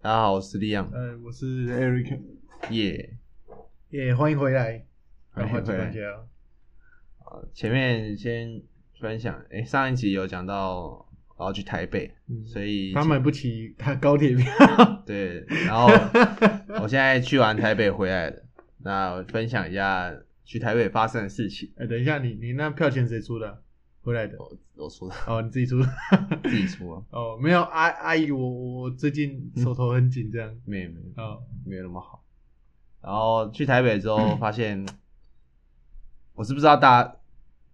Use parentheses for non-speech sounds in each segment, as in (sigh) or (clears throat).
大家好，我是李昂，呃，我是 Eric，耶、也、欢迎回来，欢迎回来大家。啊，前面先分享，哎、上一集有讲到我要去台北，嗯所以他买不起他高铁票， (laughs) 对，然后我现在去完台北回来了，那我分享一下去台北发生的事情。哎、等一下，你你那票钱谁出的啊、回来的？我我说的哦，你自己出的。 (laughs) 自己嗯说啊，哦，没有，阿阿姨，我我最近手头很紧，这样。没有没有哦，没有那么好。然后去台北之后发现，我是不知道大家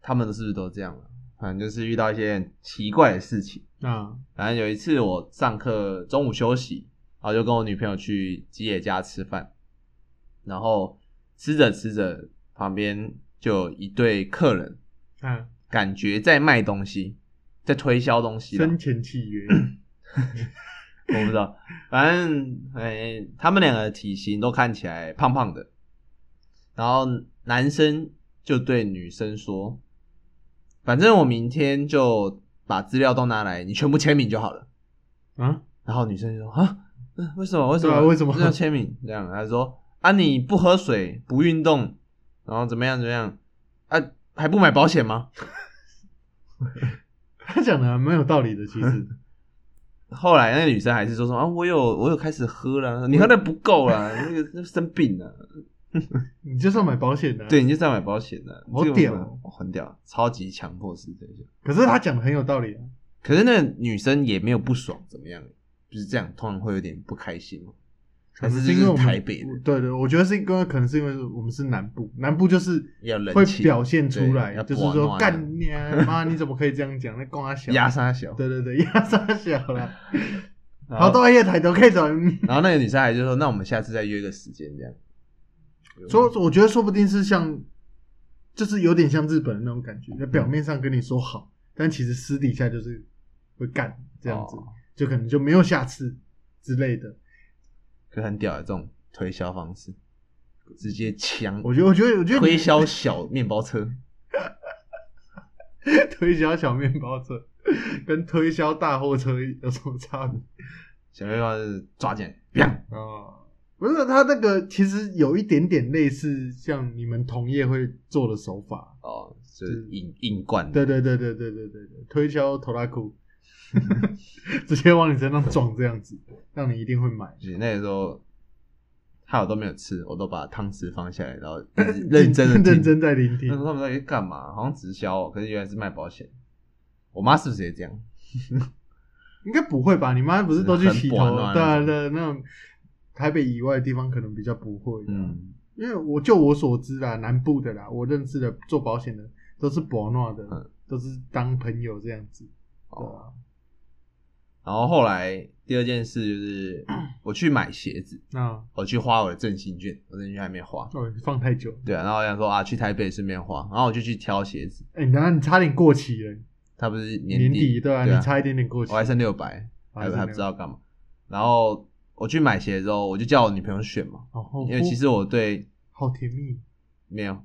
他们是不是都这样了、反正就是遇到一些很奇怪的事情。啊，反正有一次我上课中午休息，然后就跟我女朋友去吉野家吃饭，然后吃着吃着，旁边就有一对客人，啊，感觉在卖东西，在推销东西啦，生前契约，我不知道，反正哎、他们两个体型都看起来胖胖的，然后男生就对女生说：“反正我明天就把资料都拿来，你全部签名就好了。”啊，然后女生就说啊，嗯为什么？为什对么？啊为什么要签名？这样，她说啊，你不喝水，不运动，然后怎么样怎么样？啊，还不买保险吗？他讲的还蛮有道理的，其 (laughs) 实。后来那个女生还是说什么啊，我有我有开始喝了，你喝的不够啦， (laughs) 那个那生病了，你就算买保险的、啊，对，。你就再买保险了，好这个屌我我很屌，超级强迫式这些。可是他讲的很有道理、啊，可是那个女生也没有不爽，怎么样？就是这样，通常会有点不开心嘛。还是是因为就我是们台北的对对，我觉得是因为可能是因为我们是南部，南部就是要冷会气表现出对来，要就是博暖说啊干你啊妈，你怎么可以这样讲？那光他小，压沙小，哦对对对，压傻小了，然后好到半夜抬头可以找人。然后那个女生还就说：“那我们下次再约个时间这样。”说我觉得说不定是像，就是有点像日本的那种感觉，就嗯表面上跟你说好，但其实私底下就是会干这样子，哦就可能就没有下次之类的。可很屌的这种推销方式，直接抢我觉得，我觉得，我觉得推销小面包车，推销小面包车跟推销大货车有什么差别？小面包是抓起来，砰哦，不是，他那个其实有一点点类似像你们同业会做的手法。哦，就是硬硬灌的，对对对对对对对对，推销头拉裤， (laughs) 直接往你身上撞这样子，让你一定会买。就是那个时候。害我都没有吃，我都把汤匙放下来，然 (clears throat) 后一直认真的 (laughs) 认真在聆那听时候，他们在干嘛？好像直销、哦，可是原来是卖保险。我妈是不是也这样？应该不会吧？你妈不是都去洗很头不安啊？对啊那种对啊，那种台北以外的地方可能比较不会。嗯，嗯，因为我就我所知啦，南部的啦，我认识的做保险的都是博诺嗯的，都是当朋友这样子。对哦。啊，然后后来第二件事就是我去买鞋子，那我去花我的振兴券，我振兴券还没花。哦，放太久了。对啊，然后我想说啊，去台北顺便花，然后我就去挑鞋子。哎、你等下你差点过期了，他不是年年底对对啊，你差一点点过期，我还剩六百，哦还还剩还600不知道干嘛。然后我去买鞋之后，我就叫我女朋友选嘛，哦，因为其实我对好甜蜜，没 (laughs) 有，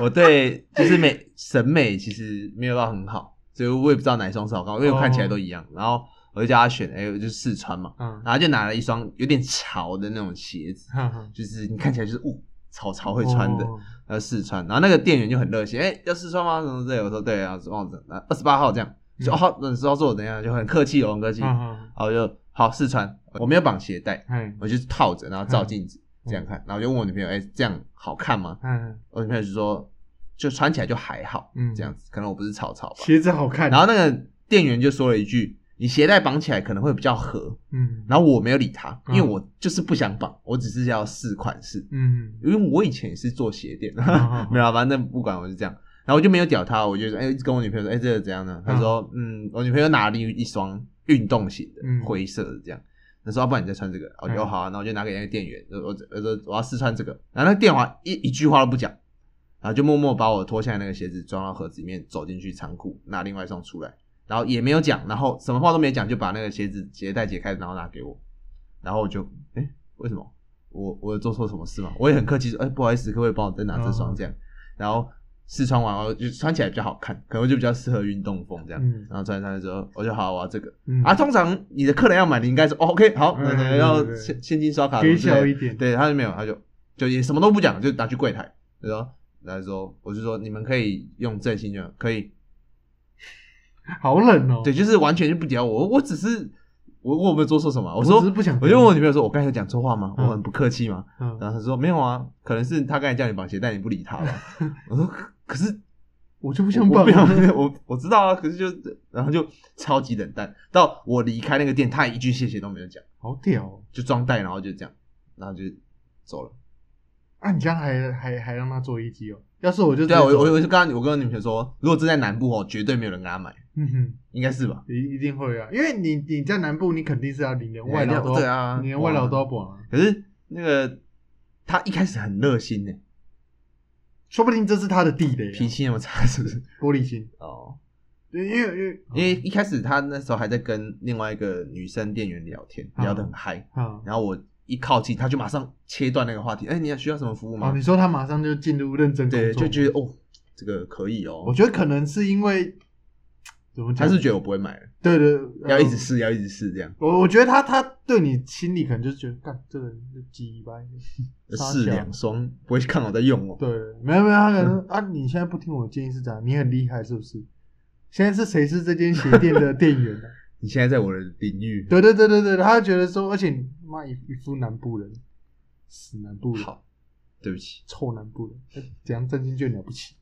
我对就是美审美其实没有到很好，所以我也不知道哪一双是好看，因为我看起哦来都一样。然后我就叫她选，哎、我就试穿嘛，嗯，然后她就拿了一双有点潮的那种鞋子，哈哈，就是你看起来就是雾潮潮会穿的。哦要试穿，呃然后那个店员就很热心，哎、要试穿吗？什么之类的，我说对啊，帮我整，二十八号这样，嗯说、哦好，那你说要做我怎样，就很客气哦，很客气，哈然哈，后我就好试穿，我没有绑鞋带，哎，我就是套着，然后照镜子、嗯这样看，然后我就问我女朋友，哎、这样好看吗？嗯，我女朋友就说，就穿起来就还好，嗯这样子，可能我不是草草吧。鞋子好看，然后那个店员就说了一句，你鞋带绑起来可能会比较合，嗯，然后我没有理他，因为嗯我就是不想绑，我只是要试款式，嗯，因为我以前也是做鞋店， (laughs) 哦没有啊，反正不管我是这样，然后我就没有屌他，我就说，哎、跟我女朋友说，哎、这个怎样呢？她说，嗯，我女朋友拿了一一双运动型的嗯灰色的这样，她说，要、不然你再穿这个，我就、嗯哦好、啊，那我就拿给那个店员，我我我说我要试穿这个，然后那个店员一一句话都不讲，然后就默默把我脱下来那个鞋子装到盒子里面，走进去仓库拿另外一双出来，然后也没有讲，然后什么话都没讲，就把那个鞋子鞋带解开，然后拿给我，然后我就，哎、为什么？嗯我我有做错什么事吗？我也很客气说，哎、不好意思，可不可以帮我再拿这双这样？然后试穿完后就穿起来比较好看，可能就比较适合运动风这样。嗯然后穿一穿之后，我就好，我要这个。嗯啊，通常你的客人要买，你应该说、哦、OK 好，嗯那那对要对对现现金刷卡给什么之类小的一点，啊对，他就没有，他就就也什么都不讲，就拿去柜台，就说他就说，我就说你们可以用振兴券，可以，好冷哦。对，就是完全就不屌我，我只是我我有没有做错什么啊？我我说只是不想我就问我女朋友说，我刚才有讲错话吗？嗯我很不客气吗？嗯，然后她说没有啊，可能是他刚才叫你绑鞋带，你不理他 (laughs) 吧。我说可可是我 (laughs) 就不我想我绑不。想，我我知道啊，可是就然后就超级冷淡，到我离开那个店，他也一句谢谢都没有讲，好屌哦！就装袋，然后就这样，然后就走了。啊，你这样还还还让他做一机哦？要是我就对啊，我直接走我我就刚刚我跟我女朋友说，如果真在南部哦，绝对没有人跟她买，嗯哼，应该是 (laughs) 吧？一一定会啊，因为你你在南部，你肯定是要你连外劳都对啊你连外劳都要绑啊，可是那个她一开始很热心呢，说不定这是他的地雷啊，脾气那么差是不是？玻璃心，哦，对因为因为因为一开始她那时候还在跟另外一个女生店员聊天，嗯聊得很嗨，啊然后我一靠近，她就马上切断那个话题，哎，你还需要什么服务啊，吗你？说他马上就进入认真工对，作，就觉得哦，这个可以哦我，觉得可能是因为怎么她讲，是觉得我不会买，对对，呃要一直试，要一直试这样，我我觉得他他对你心里可能就是觉得，干这个人就鸡掰，傻试小两双，不会看我在用哦。对，没有没有，他可嗯能说啊，你现在不听我的建议是怎样？你很厉害是不是？现在是谁是这间鞋店的店员啊？ (laughs) 你现在在我的领域，对对对对对，他就觉得说，而且你妈一一副南部人，死南部人，好，对不起。臭南部人，怎样振兴券了不起？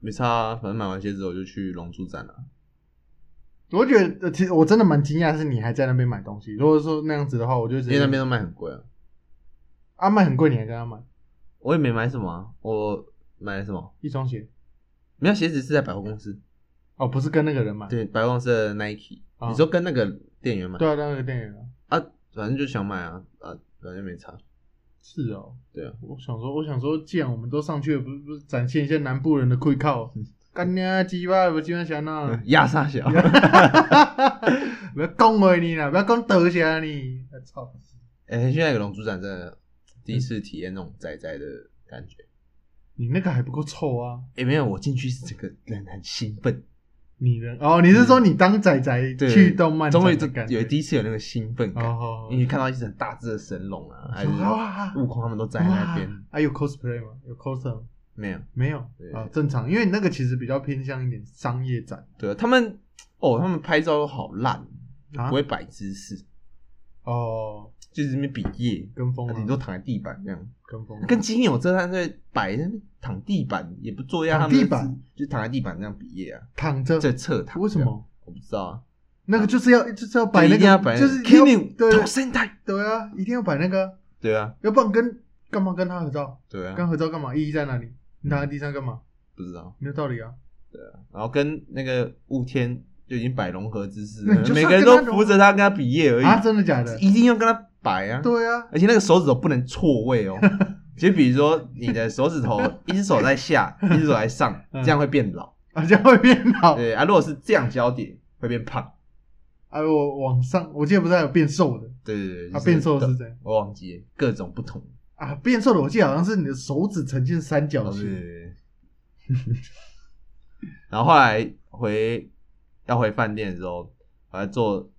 没差、啊，反正买完鞋子我就去龙珠展了、啊我觉得呃其实我真的蛮惊讶，是你还在那边买东西。如果说那样子的话，我就直因接为那边都卖很贵啊。啊卖很贵，你还在那买我也没买什么、啊，我买了什么？一双鞋没有鞋子是在百货公司，哦，不是跟那个人买，对，百货公司的 Nike、啊你说跟那个店员买？对啊，那个店员啊，啊，反正就想买啊，啊，反正没差。是哦，对啊，我想说，我想说，既然我们都上去了，不是不是展现一下南部人的 (laughs) 愧靠，干你啊鸡巴，我今晚想呐，亚沙小，不要讲话你啦，不要讲德行你，啊操！ (laughs) 哎、去那个龙珠展真的第一次体验那种仔仔的感觉。你那个还不够臭啊！哎、没有，我进去是整个人很兴奋，你的哦，你是说你当仔仔嗯对，去动漫展终于的感觉？有第一次有那个兴奋哦感，哦，因为看到一只很大只的神龙啊，还有哇悟空他们都站在那边哇，啊，有 cosplay 吗？有 coser 吗没有。没有对啊？正常，因为你那个其实比较偏向一点商业展对啊，他们哦，他们拍照都好烂，啊不。会摆姿势，哦，就是那边比耶，跟风啊，顶多躺在地板这样。跟风啊，跟金友这战队摆在那边躺地板也不做呀，他躺们地板就是就躺在地板这样比耶啊，躺着在侧躺。为什这样？么？我不知道啊，那个就是要就是要摆就那一定要个，摆，就是要 Kimi 对同生态。对啊，一定要摆那个，对啊，要不然跟干嘛跟他合照？对跟他啊，合照干嘛？意义在哪里？你躺在地上干嘛？不知道。没有道理啊！然后跟那个雾天就已经摆融合姿势了那你，就是每要个人跟都他融扶着他跟他比耶而啊，已，真的假的？一定要跟他摆啊。对啊，而且那个手指头不能错位 (laughs) 哦。就比如说你的手指头，一只手在下， (laughs) 一只手在上，嗯这样会变老。啊，这样会变老。对啊，如果是这样交叠，会变胖。哎，我往上，我记得不是还有变瘦的对对对，啊就？变瘦是怎样我忘记了各种不同。啊？变瘦的，我记得好像是你的手指呈现三角哦对对形。对。对 (laughs) 然后后来回要回饭店的时候，我还坐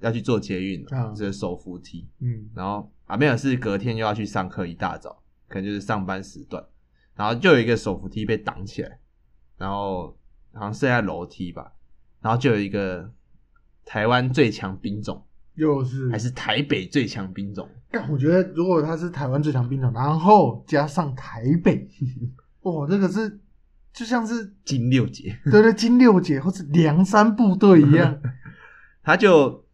要去坐捷运了，嗯就是手扶梯。嗯然后啊没有是隔天又要去上课，一大早可能就是上班时段，然后就有一个手扶梯被挡起来，然后好像是在楼梯吧，然后就有一个台湾最强兵种，又是哎还是台北最强兵种，但我觉得如果他是台湾最强兵种，然后加上台 (laughs) 北，哇，这个是就像是金六杰， (laughs) 对对金六姐或是梁山部队一样。他就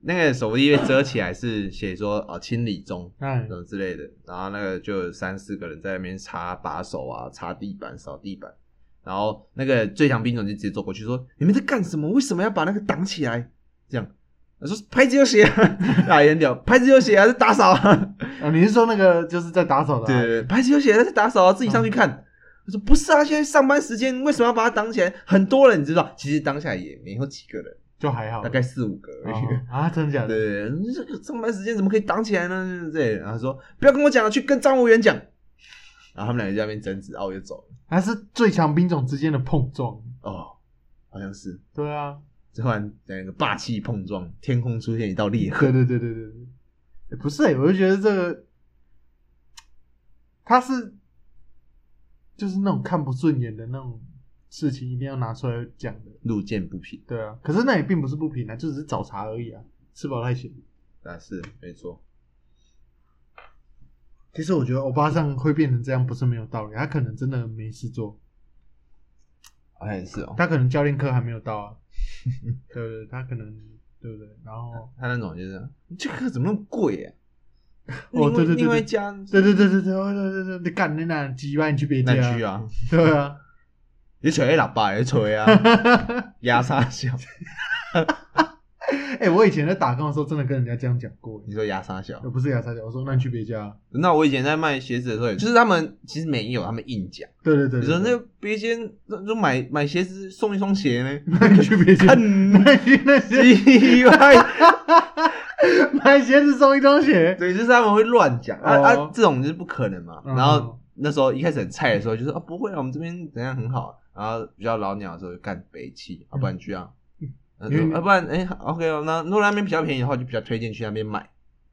那个手扶梯被遮起来，是写说哦清理中。哎什，么之类的，然后那个就有三四个人在那边擦把手啊，擦地板、扫地板，然后那个最强兵种就直接走过去说：“你们在干什么？为什么要把那个挡起来？”这样，他说：“拍子有血、啊， (laughs) 打眼屌，拍子有血、啊，是打扫、啊，啊，你是说那个就是在打扫的、啊？对对对，拍子有血、啊，是打扫、啊，自己上去看。”我说：“不是啊，现在上班时间，为什么要把它挡起来？很多人，你知道，其实当下也没有几个人，就还好。大概四五个而已。 (laughs) 哦啊，真的假的？对，这个上班时间怎么可以挡起来呢？对，然后说不要跟我讲了，去跟张务员讲。然后他们两个在那边争执，然后哦我就走了。还是最强兵种之间的碰撞。哦，好像是。对啊，突然两个霸气碰撞，天空出现一道裂对痕。对对对对对，欸不是、欸，我就觉得这个他是就是那种看不顺眼的那种事情，一定要拿出来讲的。路见不平，对啊，可是那也并不是不平啊，就只是找茬而已啊，吃饱太闲。那是没错。其实我觉得欧巴桑会变成这样不是没有道理，他可能真的没事做，好像也是哦。他可能教练课还没有到啊，对不对？他可能对不对？然后他那种就是这个怎么那么贵 (laughs) 啊？哦另外对对对对另外一家对对对对对对对对，你干你那鸡巴你去别南区家，啊，对啊，你找那老爸也找啊，压沙小，哎，我以前在打工的时候真的跟人家这样讲过，你说压沙小我？不是牙撒脚，我说那你去别家，那我以前在卖鞋子的时候也，就是他们其实没有，他们硬讲，对对对，你说对那别间那就买买鞋子送一双鞋 (laughs) 呢，那你去别家，很那你去那些意外。买鞋子送一双鞋，对，就是他们会乱讲啊、哦啊，这种就是不可能嘛。嗯然后那时候一开始很菜的时候，就是啊不会啊，我们这边怎样很好。然后比较老鸟的时候就干北汽，啊不然你去啊，要、嗯因为你啊、不然哎、OK 哦，那如果那边比较便宜的话，就比较推荐去那边买。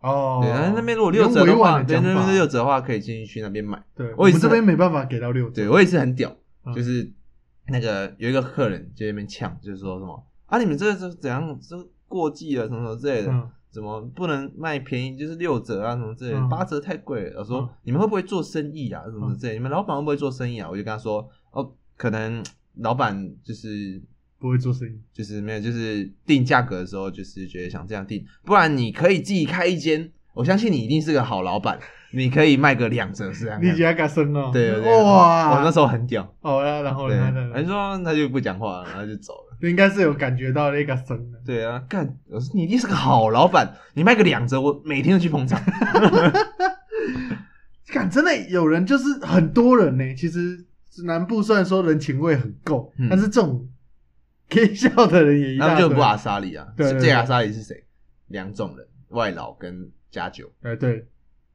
哦，对，然后那边如果六折用的委话，婉的对，讲那边法六，折的话可以进去那边买。对，我我也是们这边没办法给到六折，对我也是很屌，嗯就是那个有一个客人就在那边呛，就是说什么啊你们这是怎样，这过季了什么什么之类的。嗯，怎么不能卖便宜，就是六折啊什么之类的，嗯八折太贵了。我说、嗯你们会不会做生意啊，什么之类的，你们老板会不会做生意啊？我就跟他说，哦，可能老板就是不会做生意，就是没有，就是定价格的时候就是觉得想这样定，不然你可以自己开一间，我相信你一定是个好老板，你可以卖个两折是这样你看。家敢生哦，对对对，哇，我那时候很屌，哦，那然后对，呢？那他就说他就不讲话了，然后就走了。应该是有感觉到那个声的。对啊，干！我说你一定是个好老板，你卖个两折，我每天都去捧 (laughs) 场。感真的有人就是很多人呢、其实南部虽然说人情味很够，嗯但是这种可以笑的人也一他大们堆。就很不阿莎里啊。对对对这阿莎里是谁？两种人，外劳跟家酒。哎，对，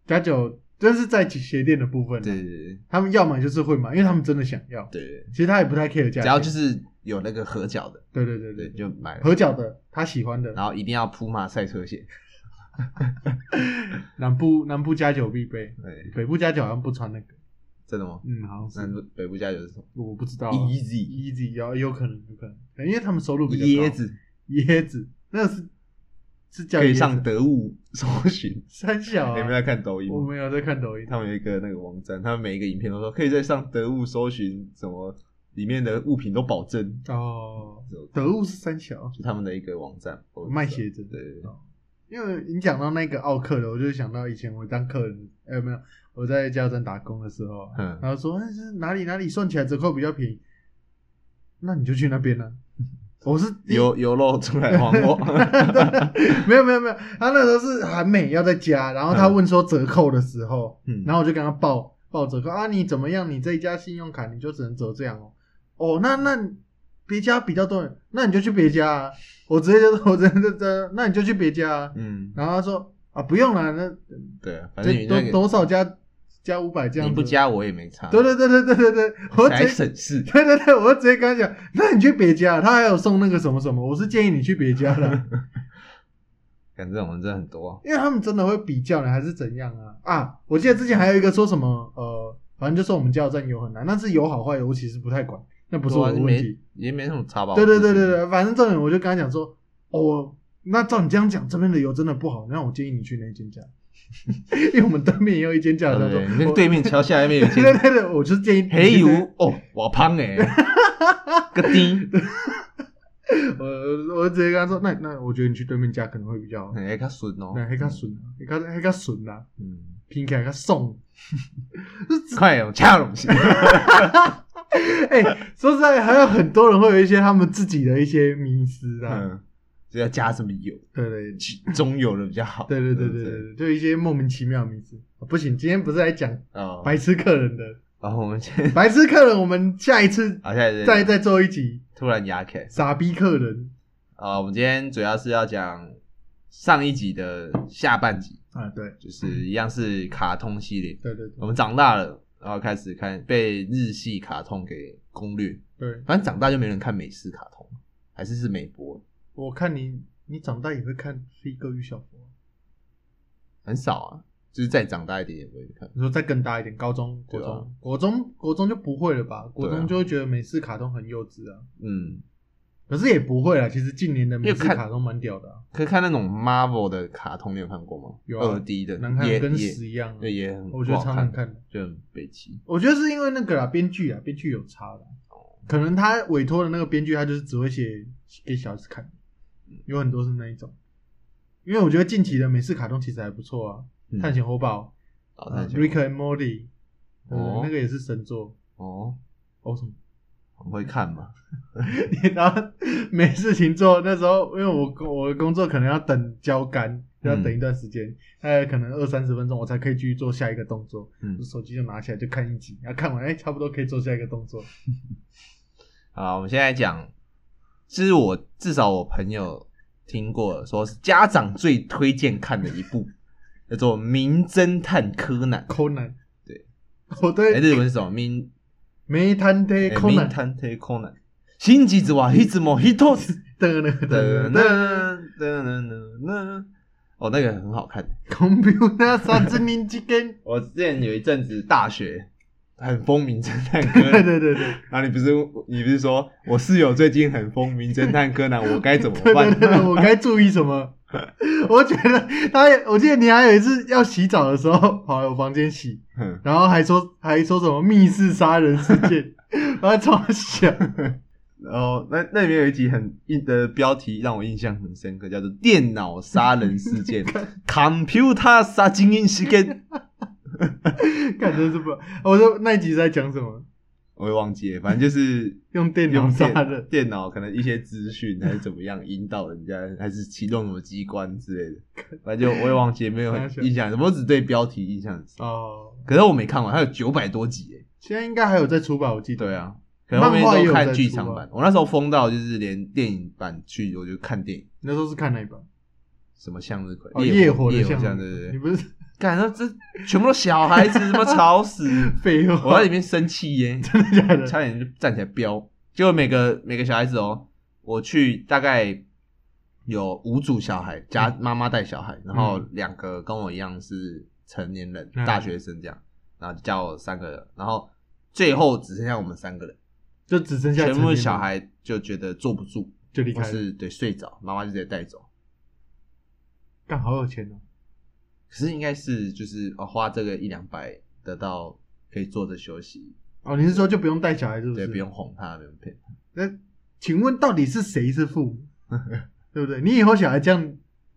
假酒这是在鞋店的部分啊、对对对他们要买就是会买，因为他们真的想要。对对，其实他也不太 care 价钱，只要就是有那个合脚的，对对对对，对，就啊买了。合脚的他喜欢的然后一定要普马赛车鞋。南部南部加酒必备，对，北部加酒好像不穿那个，真的吗？嗯，好像那是北部家酒是什么我不知道啊、 ？Easy easy 有有可能有可能，可能因为他们收入比较高椰子椰子，那个是是叫可以椰子上得物搜寻。三小啊，你们在看抖音我吗？没有在看抖音，他们有一个那个网站，他们每一个影片都说可以在上得物搜寻什么里面的物品都保证，哦，就得物是三小，啊他们的一个网站卖鞋子对对对，因为你讲到那个奥克的，我就想到以前我当客人，哎、没有，我在加油站打工的时候啊，嗯然后说哎是哪里哪里算起来折扣比较便宜，那你就去那边呢、我是第一油油漏出来还 (laughs) 我。没有没有没有，他那时候是韩美要在家，然后他问说折扣的时候，嗯然后我就跟他报报折扣啊，你怎么样？你这一家信用卡你就只能折这样哦。哦，那那别家比较多人，那你就去别家啊。我直接就我直接就这，那你就去别家啊。嗯，然后他说啊，不用了，那对啊，反正这你那多个多少加加五百这样你子不，加我也没差，对对对对对对对，我才直接。省事。对对对，我就直接跟他讲，那你去别家，他还有送那个什么什么，我是建议你去别家的。感这种人真的很多啊，因为他们真的会比较呢，还是怎样啊？啊，我记得之前还有一个说什么呃，反正就说我们加油站油很难，但是油好坏我其实不太管，那不是我的问题。啊也没什么差吧？对对对对对，对，反正这种我就跟他讲说，哦，那照你这样讲，这边的油真的不好，那我建议你去那间加， (laughs) 因为我们对面也有一间加油站，说对那个我对面桥下面有一对间对对，我就是建议你去黑油那哦，我胖 (laughs) 哎，个丁，我呃我我直接跟他说，那那我觉得你去对面加可能会比较好，哎，较顺哦，那黑卡笋啊，黑卡黑卡笋啊，嗯，拼起来较爽。 (laughs) 快哦，恰东西，哎、说实在，还有很多人会有一些他们自己的一些迷思啊，嗯，就要加什么油，对对中油的比较好，嗯对对对对对，就一些莫名其妙的迷思。啊不行，今天不是来讲哦，白痴客人的，然后我们现在，白痴客人，我们下一次好，现在再再做一集突然牙开，傻逼客人啊，我们今天主要是要讲上一集的下半集，啊，对就是一样是卡通系列。对对对，我们长大了，然后开始看被日系卡通给攻略，对，反正长大就没人看美式卡通，还是是美国我看你你长大也会看《飞哥与小佛》，啊很少啊，就是再长大一点也不会看。你说再更大一点，高中、国对啊中、国中、国中就不会了吧？国对啊中就会觉得美式卡通很幼稚啊，嗯，可是也不会啦。其实近年的美因式为看卡通蛮屌的啊、可以看那种 Marvel 的卡通，你有看过吗？有啊二 D 的，难看也跟也屎一样、啊。对也很我觉得不好超难看的。就很悲戚。我觉得是因为那个啦，编剧啊，编剧有差啦。哦可能他委托的那个编剧，他就是只会写给小孩子看，有很多是那一种。因为我觉得近期的美式卡通其实还不错啊，嗯探险活宝》老啊探《险 Rick and Morty》，哦嗯，那个也是神作。哦，哦什么？ (laughs) 很会看嘛。然后没事情做，那时候因为我工我的工作可能要等交干，嗯要等一段时间，大概可能二三十分钟，我才可以继续做下一个动作。嗯我，手机就拿起来就看一集，然后看完哎、差不多可以做下一个动作。好，我们现在讲，这是我至少我朋友听过，说是家长最推荐看的一 (laughs) 部，叫做《名侦探柯南》。柯南，对，我哎，对日文是什么？名没探哎偵柯名南探偵柯南。新吉子哇，一直も一 (laughs) つ的那噔噔个噔噔噔噔。哦，那个很好看。 computer 三 (laughs) 千年之间，我之前有一阵子大学很风靡侦探对柯 (laughs) 南，对对对然后你不是你不是说我室友最近很风靡侦探柯南，我该怎么 (laughs) 对办对？对，我该注意什么？我觉得他也，我记得你还有一次要洗澡的时候跑来我房间洗，嗯然后还说还说什么密室杀人事件，然后超小，然后那那里面有一集很印的标题让我印象很深刻，叫做“电脑杀人事 (laughs) 件 ”（Computer 杀精英事件感觉是不，我说那一集在讲什么？”， (laughs) 我也忘记了，反正就是用电脑用杀电人，电脑可能一些资讯还是怎么样引导人家，还是启动什么机关之类的，反正就我也忘记了没 (laughs) 有很傻笑印象，我只对标题印象很深。哦，可是我没看完，它有九百多集耶。现在应该还有在出吧？我记得，对啊，可能后面漫画也有都看在剧出场啊版。我那时候疯到就是连电影版去，我就看电影，那时候是看哪一版？什么向日葵、哦，夜火的夜火像这样，对对对。你不是感觉这全部都小孩子，他妈吵死！废 (laughs) 话？我在里面生气耶， (laughs) 真的假的？差点就站起来飙。结果每个每个小孩子哦，我去大概有五组小孩，加嗯妈妈带小孩，然后两个跟我一样是成年人、嗯大学生这样，然后就叫我三个人，然后最后只剩下我们三个人，就只剩下全部成年人小孩就觉得坐不住，就离或开了，是对睡着，妈妈就直接带走。干好有钱哦、可是应该是就是哦花这个一两百得到可以坐着休息，哦，你是说就不用带小孩是不是？对，不用。哄他，不用骗他。那请问到底是谁是父母？ (laughs) 对不对？你以后小孩这样，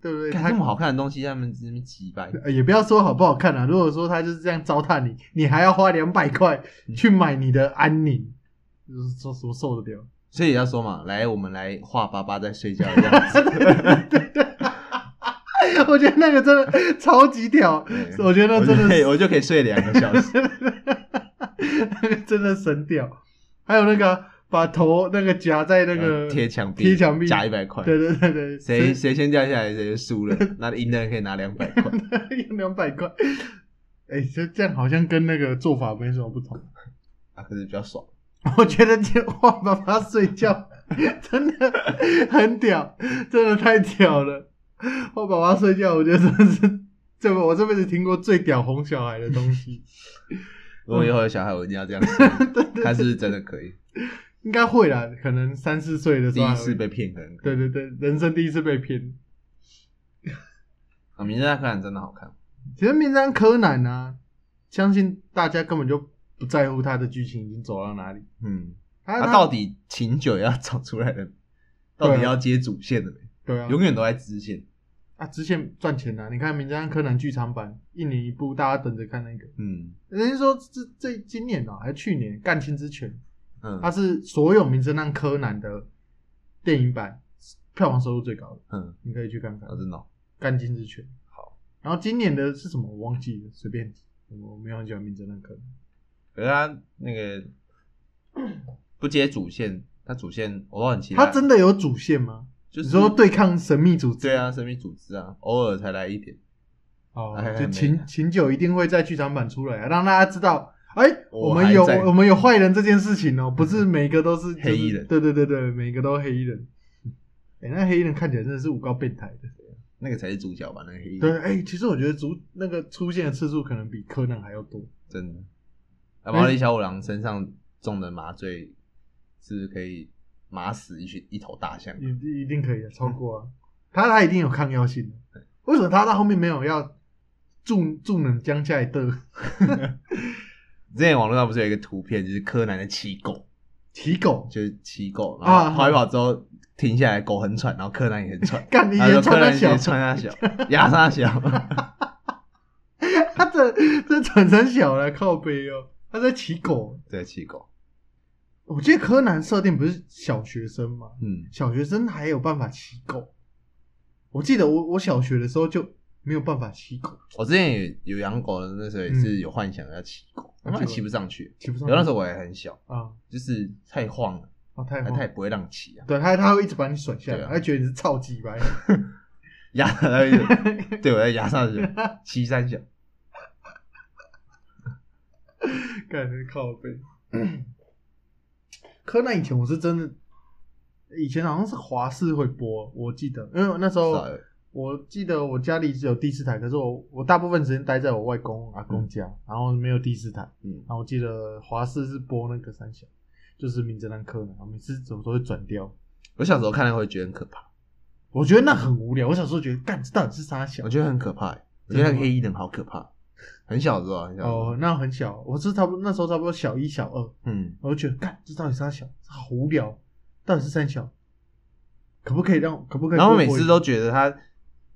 对不对？看他那么好看的东西，他们这边几百，呃也不要说好不好看啊。如果说他就是这样糟蹋你，你还要花两百块嗯去买你的安宁，就是说什么受得了？ (laughs) 所以要说嘛，来，我们来画爸爸在睡觉的样 (laughs) 子。我觉得那个 (laughs) 真的超级屌，对我觉得我那就真可以，的我就可以睡两个小时。那个真的神屌。还有那个把头那个夹在 (laughs) 那个呃贴墙壁，贴墙壁加一百块。对对对对，谁谁先掉下来，谁就输 (laughs) 了。那赢的人可以拿两百块。两百块。哎、这这样好像跟那个做法没什么不同。啊，可是比较爽。我觉得这画爸爸睡觉 (laughs) 真的很屌，真的太屌了。画爸爸睡觉，我觉得真的是这我这辈子听过最屌哄小孩的东西，如果以后有小孩，我一定要这样 (laughs) 试，看是不是真的可以。应该会啦，可能三四岁的时第候还一会次被骗可能可以。对对对，人生第一次被骗。啊，名侦探柯南真的好看。其实《名侦探柯南》啊，相信大家根本就不在乎他的剧情已经走到哪里，嗯，他他啊他啊到底秦九要找出来了，到底要接主线了没？对啊，永远都在支线。啊，支线赚钱啊！你看《名侦探柯南》剧场版一年一部，大家等着看那个。嗯人家说这这今年啊，还是去年《干青之拳》，嗯它是所有《名侦探柯南》的电影版票房收入最高的，嗯，你可以去看看啊《真的哦干青之拳》。好，然后今年的是什么我忘记了，随便。我没有很喜欢《名侦探柯南》，可是他那个不接主线，他主线我都很期待。它真的有主线吗？就是你说对抗神秘组织？对啊，神秘组织啊，偶尔才来一点。哦哎，就没秦秦九一定会在剧场版出来、啊，让大家知道哎、我我们有还在嗯我们有坏人这件事情哦，不是每个都是、就是黑衣人对对对对，每个都黑衣人。哎、那黑衣人看起来真的是五高变态的。那个才是主角吧？那个黑衣对，哎、其实我觉得主那个出现的次数可能比柯南还要多。真的。哎啊，毛利小五郎身上中的麻醉是不是可以麻死一群一头大象？一一定可以的，超过嗯啊！他他一定有抗药性的，为什么他到后面没有要助助能江下一的之前网络上不是有一个图片，就是柯南在骑狗，提狗？就是骑狗，然啊，后跑一跑之后停下来，狗很喘，然后柯南也很喘干 (laughs) 你他说啊连柯穿他南小也，穿他小，压他小， (laughs) 他这这转成小了，靠背哦，他在骑狗。对，骑狗，我记得柯南设定不是小学生吗？嗯，小学生还有办法骑狗。我记得我我小学的时候就没有办法骑狗，我之前也有养狗的，那时候也是有幻想要骑狗，嗯那骑不上去，骑不上有去。那时候我也很小，啊，就是太晃了，哦太他慌也不会让你骑啊，对他他会一直把你甩下对来，啊他觉得你是超级白。压他一直 (laughs) 对我在压上去，骑三小。干那靠背。柯南以前我是真的，以前好像是华视会播，我记得，因为那时候少我记得我家里只有第四台，可是我我大部分时间待在我外公阿公家，然后没有第四台，嗯然后我记得华视是播那个三小，就是《名侦探柯南》，我每次怎么都会转掉。我小时候看了会觉得很可怕，我觉得那很无聊，我小时候觉得干这到底是啥小我？觉得很可怕欸、我觉得那个黑衣人好可怕，很小的时候啊，很小的时候哦，那很小，我是差不多那时候差不多小一小二，嗯，我就觉得，干，这到底是三小，这好无聊，到底是三小，可不可以让，可不可以然多后播每一集？次都觉得他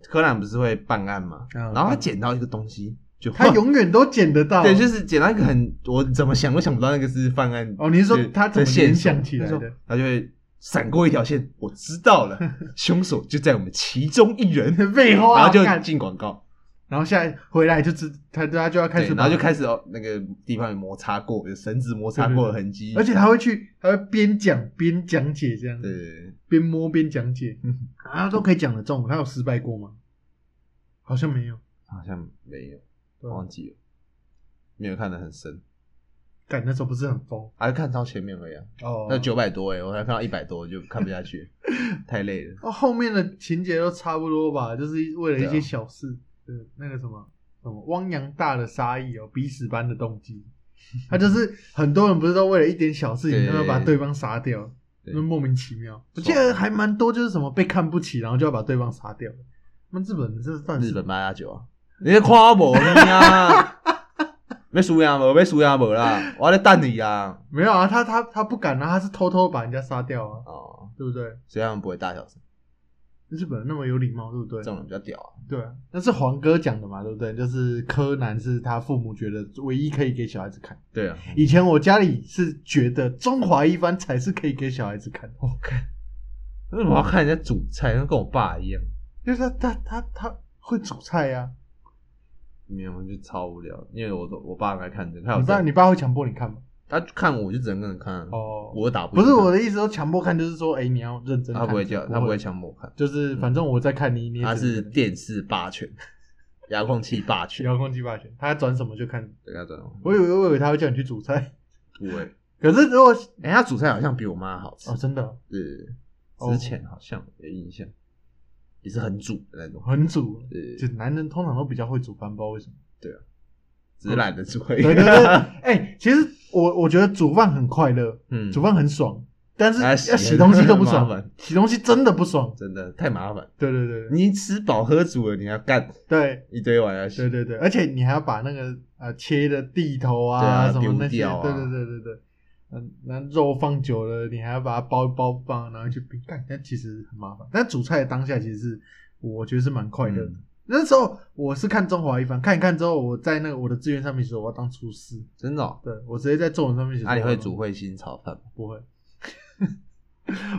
柯南不是会办案嘛，嗯，然后他办捡到一个东西就他永远都捡得到，对，就是捡到一个很我怎么想都想不到那个是犯案哦，你是说对他怎么的线联索想起来他的说？他就会闪过一条线，我知道 (laughs) 了，凶手就在我们其中一人，废话啊然后就干进广告，然后现在回来就知他他就要开对，始，然后就，开始哦那个地方有摩擦过，有绳子摩擦过的痕迹， (laughs) 而且他会去，他会边讲边讲解这样，对对对边摸边讲解嗯，啊，都可以讲得中，他有失败过吗？好像没有，好像没有，对啊吧忘记了，没有看得很深，干那时候不是很疯还是看超前面而已、啊。哦那九百多哎、我才看到一百多就看不下 (laughs) 去，太累了。哦，后面的情节都差不多吧，就是为了一对些啊小事，呃、那个什么什么汪洋大的杀意哦，鼻屎般的 (laughs) 动机，他就是很多人不是都为了一点小事情，对他要把对方杀掉，对那莫名其妙。我记得还蛮多，就是什么被看不起，然后就要把对方杀掉。那日本人这算日是本八加九啊，你在夸我呀？ (laughs) 要输赢无？要输赢无啦？我在等你啊！没有啊，他他他不敢啊，他是偷偷把人家杀掉啊，哦，对不对？所以他们不会大小声，日本人那么有礼貌，对不对这？种人比较屌啊。对啊，那是黄哥讲的嘛，对不对？就是柯南是他父母觉得唯一可以给小孩子看。对啊，以前我家里是觉得《中华一番》才是可以给小孩子看的，我看为什么要看人家煮菜？那跟我爸一样，就是他他他他会煮菜啊呀、没有就超无聊。因为我都我爸很爱看这个，他你有时爸候你爸会强迫你看吗？他看我就只能跟着看啊，哦，我打不不是赢他我，的意思，说强迫看就是说，哎、你要认真看。他不会叫，他不会强，强迫我看，就是反正我在看你，你也他只是能电视霸 (laughs) 权，遥控器霸权，遥控机霸权，他转什么就看。对他这种我以为我以为他会叫你去煮菜， (laughs) 不会。可是如果哎、他煮菜好像比我妈好吃哦，真的是哦之前好像有印象，也是很煮的那种，很煮，对就男人通常都比较会煮饭，不知道 (laughs) 为什么。只是懒得煮而已。对对对，哎、其实我我觉得煮饭很快乐， (laughs) 嗯，煮饭很爽，但是哎要洗洗东西都不很麻爽烦，洗东西真的不爽。真的太麻烦，对对对你吃饱喝足了，你还干对一堆玩意儿洗对，对对，而且你还要把那个呃切的地头对啊啊什么那丢些，掉啊对对对对对，嗯，那肉放久了，你还要把它包一包放，然后去冰干，那其实很麻烦。但煮菜的当下其实是我觉得是蛮快乐的嗯。那时候我是看《中华一番》，看一看之后，我在那个我的志愿上面写我要当厨师，真的、哦。对我直接在作文上面写。那、你会煮？彗星炒饭吗？不会， (laughs)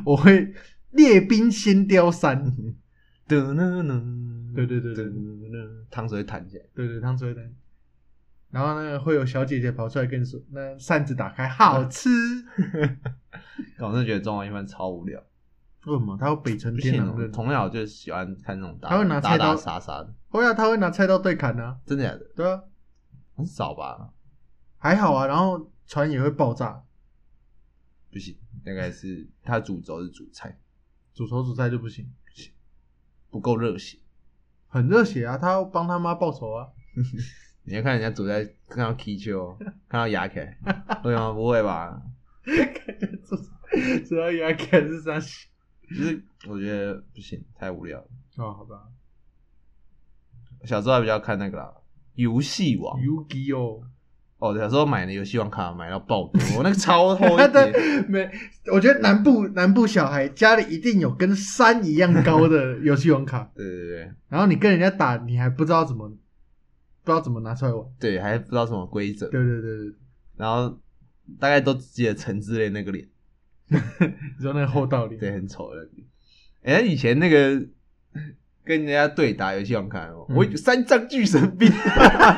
我会列兵先雕山。噔噔噔，对对对对噔噔噔，汤水会弹起来。对对，汤水灯。然后呢，会有小姐姐跑出来跟你说，那扇子打开，嗯好吃。但哦我真的觉得中华一番超无聊，为什么？他要北城不天行哦狼人，从小就喜欢看那种打啊他会拿打菜刀打杀杀的，会啊，他会拿菜刀对砍啊，真的假的？对啊，很少吧？还好啊，然后船也会爆炸，不行，大概是它主轴是主菜，煮熟煮菜就不行，不够热血。很热血啊，他要帮他妈报仇啊， (laughs) 你要看人家主菜，看到 K 球，哦看到牙 (laughs) 凯，对吗？不会吧？主主要也看是啥？就是我觉得不行，太无聊了。哦，好吧小时候还比较看那个啦，游戏王。 ，Yugi 哦，哦，小时候买的游戏王卡买到爆多，我那个 (laughs) 超厚他一的叠。没，我觉得南部南部小孩家里一定有跟山一样 (laughs) 高的游戏王卡，对对对然后你跟人家打，你还不知道怎么，不知道怎么拿出来玩。对，还不知道什么规则，对对对对，然后大概都只记得陈之类那个脸，你说那个厚道理。对，很丑的那个脸。哎、以前那个 (laughs) 跟人家对打游戏王卡，我嗯三张巨神兵， (laughs) (laughs)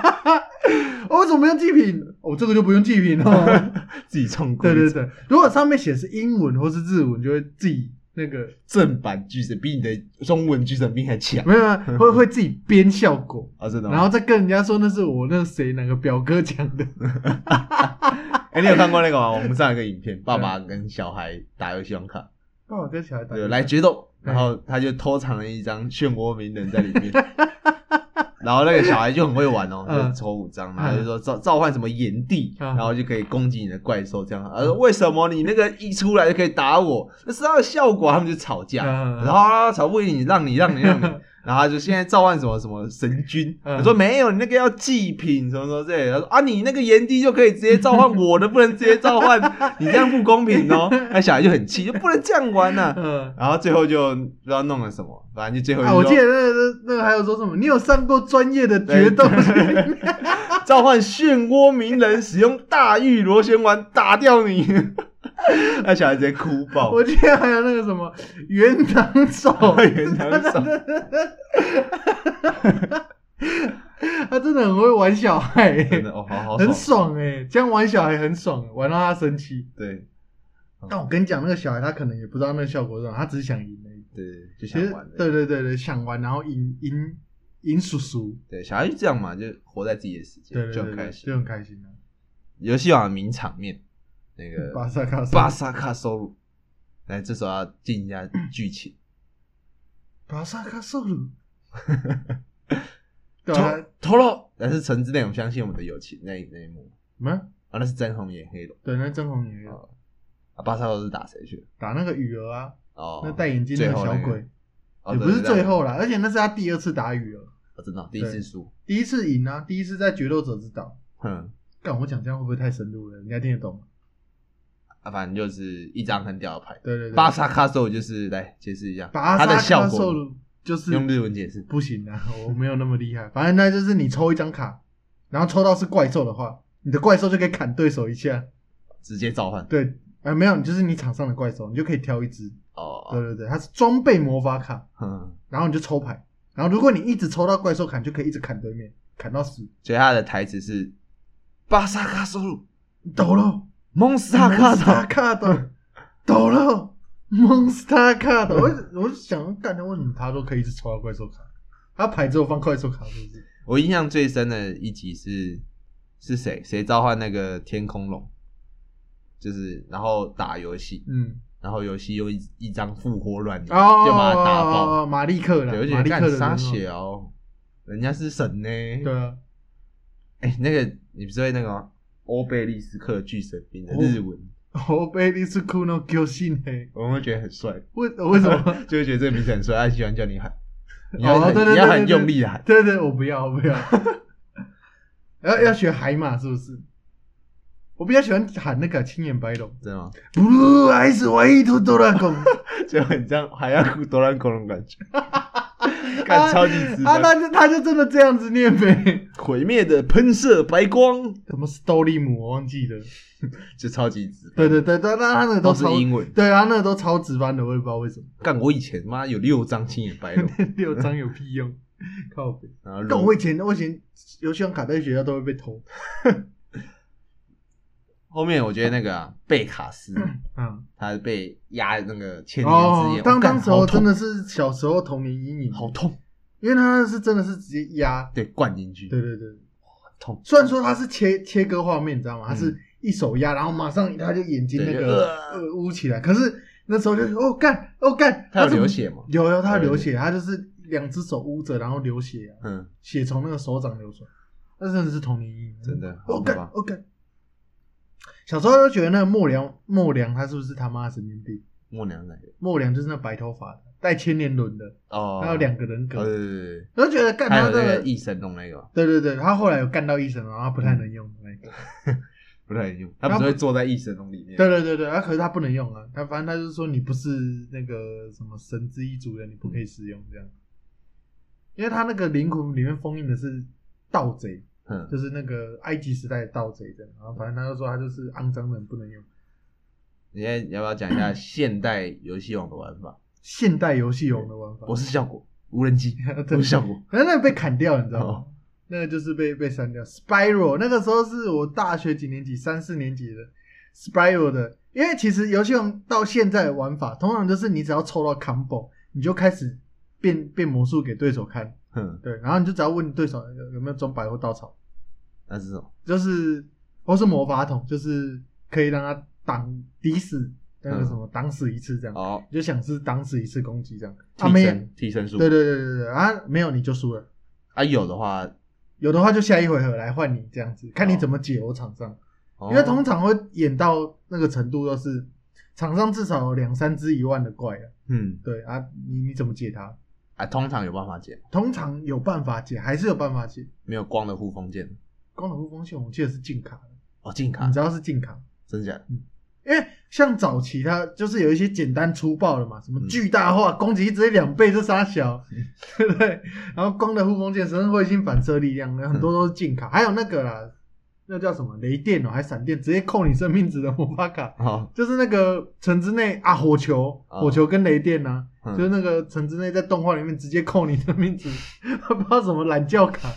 哦，我怎么没有祭品？哦，这个就不用祭品 (laughs) 哦。自己创规 (laughs) 对则，对对，如果上面写是英文或是日文，就会自己那个正版巨神比你的中文巨神兵还强没有没有会会自己编效 (laughs) 果，啊！真的吗？然后再跟人家说那是我那个谁哪个表哥讲的。哎、你有看过那个吗？我们上一个影片，爸爸跟小孩打游戏王卡，爸爸跟哦小孩打对，来决斗，嗯然后他就偷藏了一张漩涡鸣人在里 (laughs) 面，然后那个小孩就很会玩哦，嗯就抽五张，然后就说召召唤什么炎帝，嗯然后就可以攻击你的怪兽这样。他说为什么你那个一出来就可以打我？那是它的效果，他们就吵架，嗯嗯嗯然后啊吵不赢你，让你让你 (laughs) 让你。然后他就现在召唤什么什么神君，嗯我说没有，你那个要祭品什么什么之类的。他说啊，你那个炎帝就可以直接召唤我的，不能直接召唤，你这样不公平哦。那小孩就很气，就不能这样玩啊呐、嗯，然后最后就不知道弄了什么，反正就最后就啊，说、我记得那个那个还有说什么，你有上过专业的决斗 (laughs) 训练？啊召唤漩涡鸣人，使用大玉螺旋丸打掉 (laughs) 你。那小孩直接哭爆，，我记得还有那个什么原堂手原堂手 (laughs) 他真的很会玩小孩、真的哦，好好很爽，爽哎、这样玩小孩很爽，玩到他生气。对但我跟你讲，那个小孩他可能也不知道那个效果是什么，他只是想赢而已。对，就其想实玩的，对对对对，想玩然后赢赢赢叔叔，对，小孩就这样嘛，就活在自己的世界，对对就对很对开就心。很开心啊。游戏王的名场面，那个嗯巴萨卡巴萨萨卡收入，来，这时候要进一下剧情。巴萨卡 (laughs) 索鲁，对投啊，投了，但是橙之内容相信我们的友情那一那一幕没有啊，那是真红眼黑龙对那真红女哦啊，巴萨都是打谁去了？打那个雨儿啊，哦，那戴眼镜最那个后小那个鬼，哦也对不是对对最后啦，而且那是他第二次打雨儿，我知道第一次输，第一次赢啊，第一次在决斗者之岛。嗯，干，我讲这样会不会太深入了？人家听得懂吗？啊，反正就是一张很屌的牌。对对对，巴萨卡索就是来解释一下巴它的效萨卡索果，鲁就是用日文解释。不行啊，我没有那么厉害。反正那就是你抽一张卡，然后抽到是怪兽的话，你的怪兽就可以砍对手一下。直接召唤对，啊、没有，就是你场上的怪兽，你就可以挑一只。对哦，对对，它是装备魔法卡，嗯，然后你就抽牌，然后如果你一直抽到怪兽砍，就可以一直砍对面，砍到死。所以他的台词是巴萨卡索鲁抖了，蒙斯塔卡塔塔，卡的，抖了。蒙斯塔卡的，我我就想，干他为什么他都可以一直抽到怪兽卡？他牌只有放怪兽卡是不是？我印象最深的一集是是谁谁召唤那个天空龙，就是然后打游戏，嗯，然后游戏用一一张复活软泥就哦，把他打爆，，马利克啦，对，而啊马且利克干的沙人哦血哦，人家是神呢，对啊，哎、那个你不是会那个吗？欧贝利斯克巨神兵的哦日文，我被你是酷诺丢信嘿，我们会觉得很帅，为为 (laughs) 什么？就会觉得这个名字很帅，他喜欢叫你喊，你要很、哦对对对你要很对对用力的喊，对对，我不要，我不要， (laughs) 要要学海马是不是？我比较喜欢喊那个青眼白 (laughs) 龙，真的吗？不还是我一头多拉贡， (laughs) 就很像海亚古多兰狗那种感觉， (laughs) 感超级直啊，白。他就他就真的这样子念呗。毁灭的喷射白光，什么 Story 姆我忘记了，就超级直白。对对对对，那他那个都哦是超，英文。对啊，那个都超值班的，我也不知道为什么， (laughs) 干我以前妈有六张青眼白龙，六张有屁用， (laughs) 靠北。然后但肉我以前我以前游戏王卡在学校都会被偷，后面我觉得那个、啊、贝卡 (laughs) 斯，嗯，他被压那个千年之哦眼，，当我干当时候好痛真的是小时候童年阴影，好痛，因为他是真的是直接压，对，灌进去，对对对，痛，嗯虽然说他是切切割画面，你知道吗？他是一手压，然后马上他就眼睛那对就个呃呃捂起来，可是那时候就是哦干哦干，他有怎么流，血吗？有有他有流血，他就是两只手捂着，然后流血啊，嗯，血从那个手掌流出来，那真的是童年阴影，真的好哦可干怕。哦干。小时候就觉得那个莫良莫良他是不是他妈神经病？默娘那个莫良就是那白头发的，带千年轮的，哦，他有两个人格，哦对对对对，我就觉得干还有他那个的，益生弄那个嘛对对对，他后来有干到医生，然后他不太能用的那个，不太能用，他不是会坐在益生弄里面？对对对对，啊，可是他不能用啊，他反正他就说你不是那个什么神之一族人，你不可以使用这样，因为他那个灵魂里面封印的是盗贼，嗯，就是那个埃及时代的盗贼这样，然后反正他就说他就是肮脏人不能用。你现在要不要讲一下现代游戏王的玩法？现代游戏王的玩法， (laughs) 不是效果，无人机不对是效果，可是那个被砍掉，你知道吗哦？那个就是被被删掉。Spiral 那个时候是我大学几年级，三四年级的 Spiral 的，因为其实游戏王到现在的玩法，通常就是你只要抽到 combo，你就开始变变魔术给对手看，嗯，对，然后你就只要问对手有有没有装百或稻草，那是什么？就是或是魔法桶，就是可以让他挡抵死那个什么挡死一次这样，嗯哦，你就想是挡死一次攻击这样。他替们也身替身术，啊对对对对对啊，没有你就输了。啊，有的话，有的话就下一回合来换你这样子，看你怎么解由场上，哦因为通常会演到那个程度，都是场上至少有两三只一万的怪了。嗯对啊，你你怎么解它？啊，通常有办法解，通常有办法解，还是有办法解。没有光的护封剑光头护锋线我记得是禁卡的，哦，禁卡你知，道是禁卡，真假的？因为像早期它就是有一些简单粗暴的嘛，什么嗯巨大化、攻击直接两倍这杀小， (laughs) 对不对？然后光的护锋线、神圣彗星反射力量，很多都是禁卡，还有那个啦，那叫什么雷电哦，还闪电，直接扣你生命值的魔法卡，哦，就是那个城之内啊，火球、啊火球跟雷电呐、嗯就是那个城之内在动画里面直接扣你生命值， (laughs) 不知道什么懒觉 (laughs) 卡。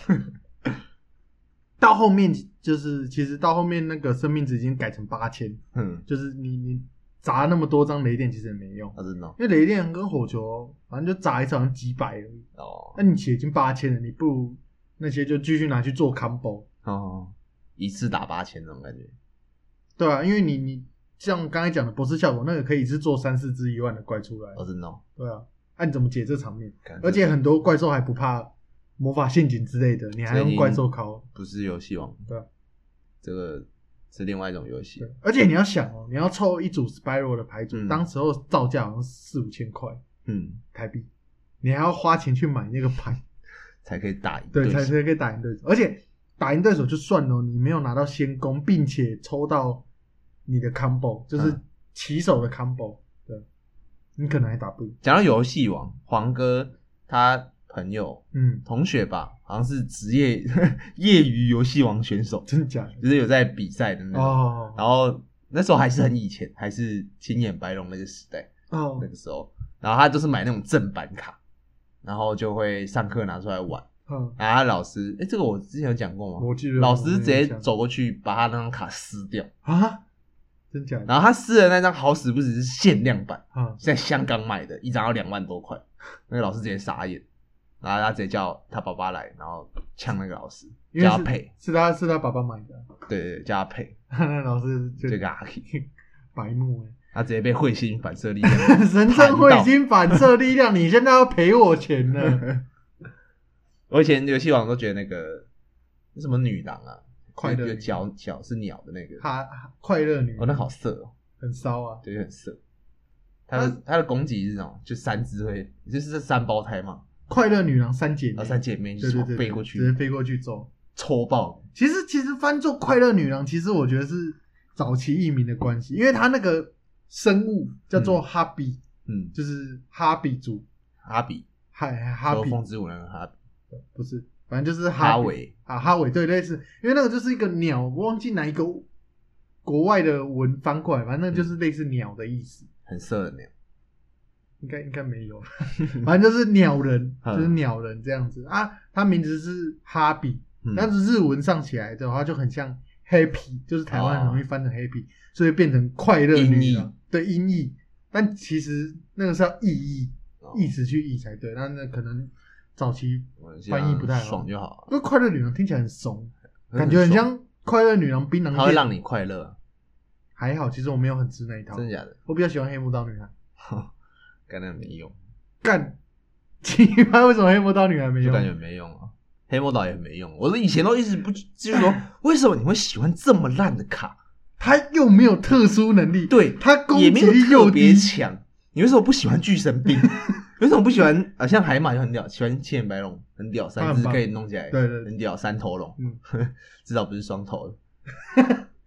到后面就是，其实到后面那个生命值已经改成八千，嗯，就是你你砸那么多张雷电其实也没用，啊，真的哦因为雷电跟火球反正就砸一次好像几百而已，哦那你血已经八千了，你不如那些就继续拿去做 combo，哦，一次打八千那种感觉，对啊，因为你你像刚才讲的博士效果，那个可以是做三四只一万的怪出来，哦，真的哦，对啊，那、你怎么解这场面？感觉而且很多怪兽还不怕魔法陷阱之类的，你还这已用经怪兽考？不是游戏王，对啊，这个是另外一种游戏对，，而且你要想哦，你要凑一组 Spiral 的牌组，嗯当时候造价好像四五千块嗯，台币，你还要花钱去买那个牌，才可以打赢对，手才才可以打赢对手。而且打赢对手就算了，你没有拿到先攻，并且抽到你的 combo，就是嗯起手的 combo，、对，你可能还打不赢。讲到游戏王，黄哥他朋友嗯，同学吧，好像是职业业余游戏王选手，真的假的？就是有在比赛的那种。哦然后那时候还是很以前，还是青眼白龙那个时代，哦那个时候，然后他就是买那种正版卡，然后就会上课拿出来玩。哦，然后他老师，哎，这个我之前有讲过吗？我记得老师直接我没印象走过去把他那张卡撕掉，啊，真假的？然后他撕的那张好死不死是限量版。啊，在香港买的，一张要两万多块，那个老师直接傻眼，然后他直接叫他爸爸来，然后呛那个老师，因为叫是他赔，是他是他爸爸买的，啊对对对，叫他赔， (laughs) 那老师就这个阿 K，白目哎，他直接被彗星反射力量， (laughs) (laughs) 神正正彗彗星星反射力量，你现在要赔我钱了。 (laughs) 我以前游戏王都觉得那个那什么女郎啊，快乐有女脚脚是鸟的那个，他快乐女哦，那好色哦，很骚啊，对，很色。他的他的攻击是那种，就三只会，就是这三胞胎嘛，快乐女郎三姐然后妹，哦三姐妹就对对对，飞过去直接飞过去揍。抽爆，其实其实翻做快乐女郎，其实我觉得是早期译名的关系，因为它那个生物叫做哈比，嗯，就是哈比族，哈比，哈哈说比风之舞那个哈比不是，反正就是哈哈比维，啊，哈维对，类似，因为那个就是一个鸟，我忘记哪一个国外的文翻过来，反嗯正就是类似鸟的意思，很色的那样。应该应该没有， (laughs) 反正就是鸟人， (laughs) 嗯就是鸟人这样子啊。他名字是哈比，嗯但是日文上起来的话就很像 happy，就是台湾很容易翻成 happy，、所以变成快乐女哦音郎，对音译，但其实那个是要意译，哦意思去译才对，那那可能早期我翻译不太好爽就好了。因为快乐女郎听起来很怂，感觉很爽，像快乐女郎槟榔它会店。让你快乐啊，还好，其实我没有很吃那一套，真的假的？我比较喜欢黑魔道女孩。感觉没用，干，奇葩，为什么黑魔道女孩没就用？感觉没用啊。黑魔导也没用，我以前都一直不就是说，为什么你会喜欢这么烂的卡？他又没有特殊能力，对，他攻也击没有力特又别低，强。 (laughs) 你为什么不喜欢巨神 (laughs) 兵？你为什么不喜欢啊？像海马就很屌，喜欢七眼白龙很屌，他三很只棒可以弄起来，对对对很屌，三头龙，嗯 (laughs) 至少不是双头的。 (laughs)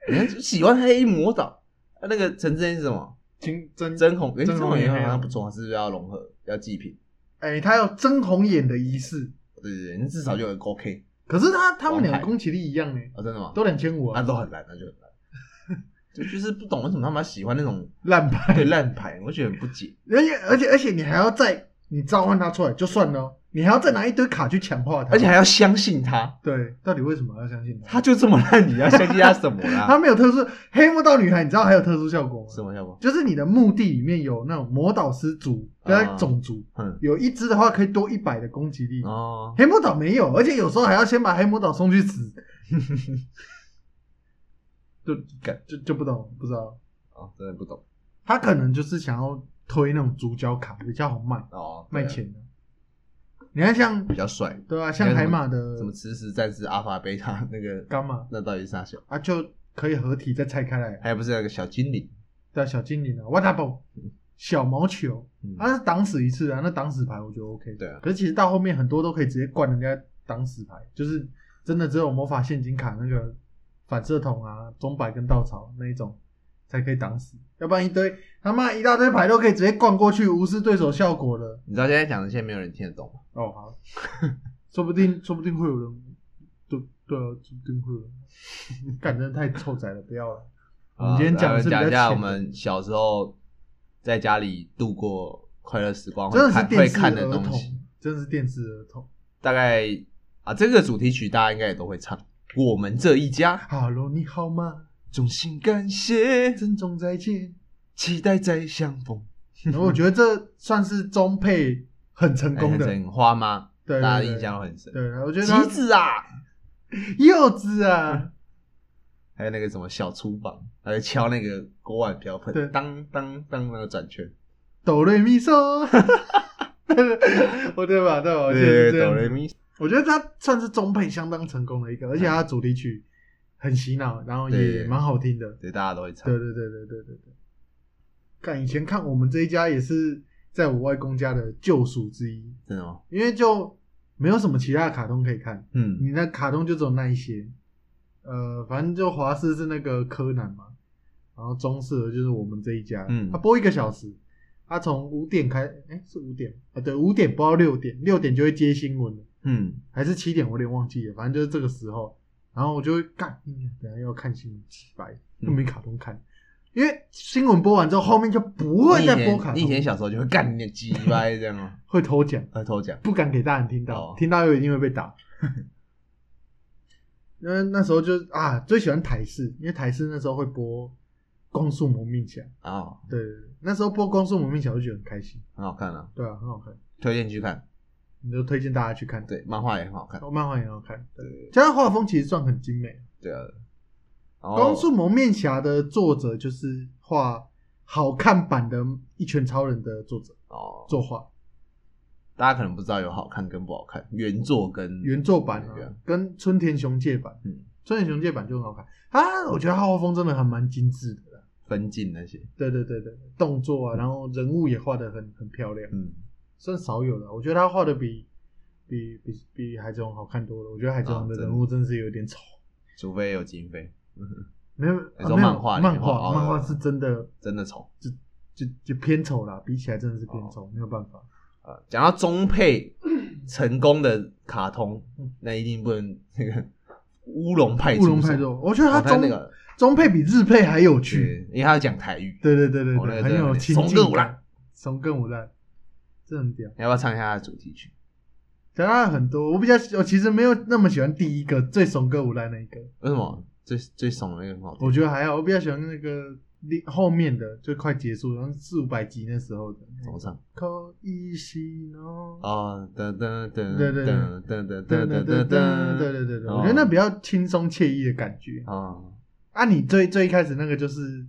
你看喜欢黑魔导，啊那个陈志恩是什么？金真真红，哎，真真红红也也好黑啊像不错，是不是要融合要祭品？哦哎、他有真红眼的仪式，对对对，你至少就有个 OK 可是他他们两王牌个攻击力一样呢、啊，真的吗？都两千五那啊，都很烂，那就很烂。 (laughs) 就就是不懂为什么他们喜欢那 (laughs) 种烂牌。对烂牌，我觉得很不 (laughs) 解。而且而且而且你还要再你召唤他出来就算了哦，你还要再拿一堆卡去强化他，而且还要相信他，对，到底为什么要相信他？他就这么烂，你要相信他什么啦？他没有特殊黑魔道女孩，你知道还有特殊效果什吗？么效果？就是你的墓地里面有那种魔导师族啊的种族，嗯，有一只的话可以多一百的攻击力。哦，黑魔导没有，而且有时候还要先把黑魔导送去 (laughs) 死，就干就就不懂不知道，哦，真的不懂他可能就是想要推那种主角卡比较好卖哦，对卖啊钱的。你看像比较帅，对啊，像海马的啊什么磁石战士、阿法、贝塔那个，伽马那到底是啥小？啊，就可以合体再拆开来，还有不是那个小精灵？对啊小精灵啊，What a b o 小毛球，嗯啊，那挡死一次啊，那挡死牌我觉得 OK。对啊可是其实到后面很多都可以直接灌人家挡死牌，就是真的只有魔法陷阱卡那个反射筒啊、钟摆跟稻草那一种才可以挡死，要不然一堆他妈一大堆牌都可以直接灌过去，无视对手效果了。你知道现在讲的，现在没有人听得懂吗？哦，好， (laughs) 说不定说不定会有人，对对啊，说不定会有人， (laughs) 干真的太臭仔了，不要了。我们今天讲的是比讲较一下我浅的，们小时候在家里度过快乐时光，真的会是看电会视看的儿东童西，，真的是电视儿童。大概啊，这个主题曲大家应该也都会唱。我们这一家，哈喽，你好吗？衷心感谢，珍重再见。期待再相逢。然后我觉得这算是中配很成功的，哎很花吗？对大家对对印象都很深。对，我觉得他橘子啊，柚子啊，还有那个什么小厨房，还有敲那个锅碗瓢盆，对当当当那个转圈，哆瑞咪嗦， (laughs) 我对吧？对吧？我记得是对，这哆样来子。咪，我觉得他算是中配相当成功的一个，而且他主题曲很洗脑，然后也对蛮好听的。对，大家都会唱对。对对对对对对。看以前看我们这一家也是在我外公家的救赎之一，真的吗？因为就没有什么其他的卡通可以看。嗯，你那卡通就只有那一些，呃，反正就华视是那个柯南嘛，然后中视的就是我们这一家，嗯他播一个小时，他从五点开，哎、是五点啊，对，五点播到六点，六点就会接新闻了，嗯，还是七点，我有点忘记了，反正就是这个时候，然后我就会干，嗯等一下又要看新闻，奇白，嗯又没卡通看，因为新闻播完之后，后面就不会你以再播前卡你以前通，小时候就会干你的鸡掰这样吗？会偷讲。 (laughs) 会偷讲，不敢给大人听到，哦听到又一定会被打。 (laughs) 那那时候就啊，最喜欢台视，因为台视那时候会播《光速蒙面侠》，哦，对对对，那时候播《光速蒙面侠》我就觉得很开心，很好看啊，对啊，很好看，推荐去看。你就推荐大家去看，，对，漫画也很好看。漫画也很好看，对加上画风其实算很精美。对啊，然《后光速蒙面侠》的作者就是画好看版的《一拳超人》的作者哦，作画，大家可能不知道有好看跟不好看，原作跟原作版啊对啊，跟村田雄介版，嗯，村田雄介版就很好看啊，我觉得他画风真的还蛮精致的啦，分镜那些，对对对对，动作啊，然后人物也画的很很漂亮，嗯，算少有了，我觉得他画的比比比比海贼王好看多了，我觉得海贼王的啊真的人物真是有点丑，除非有经费， (laughs) 没有，你啊说没有漫画里面漫画画哦漫画是真的真的丑。哦就就偏丑啦，比起来真的是偏丑，没有办法，呃，讲到中配成功的卡通嗯，那一定不能那个乌龙派出所乌龙派哦就我觉得他他中那个中配比日配还有趣，对，因为他要讲台语，对对对对哦那个对，很真的有很亲怂近更无感赖，怂更无赖，这很屌。你要不要唱一下他的主题曲？讲到很多，我比较我其实没有那么喜欢第一个最怂歌无赖那一个，为什么最最怂的那个很好听？我觉得还好，我比较喜欢那个你后面的就快结束，然后四五百集那时候的。怎么唱？可以西诺。哦，噔噔噔对对对噔噔噔对噔噔对对噔对对对对对，我觉得那比较轻松惬意的感觉。哦，啊，你最最一开始那个就是，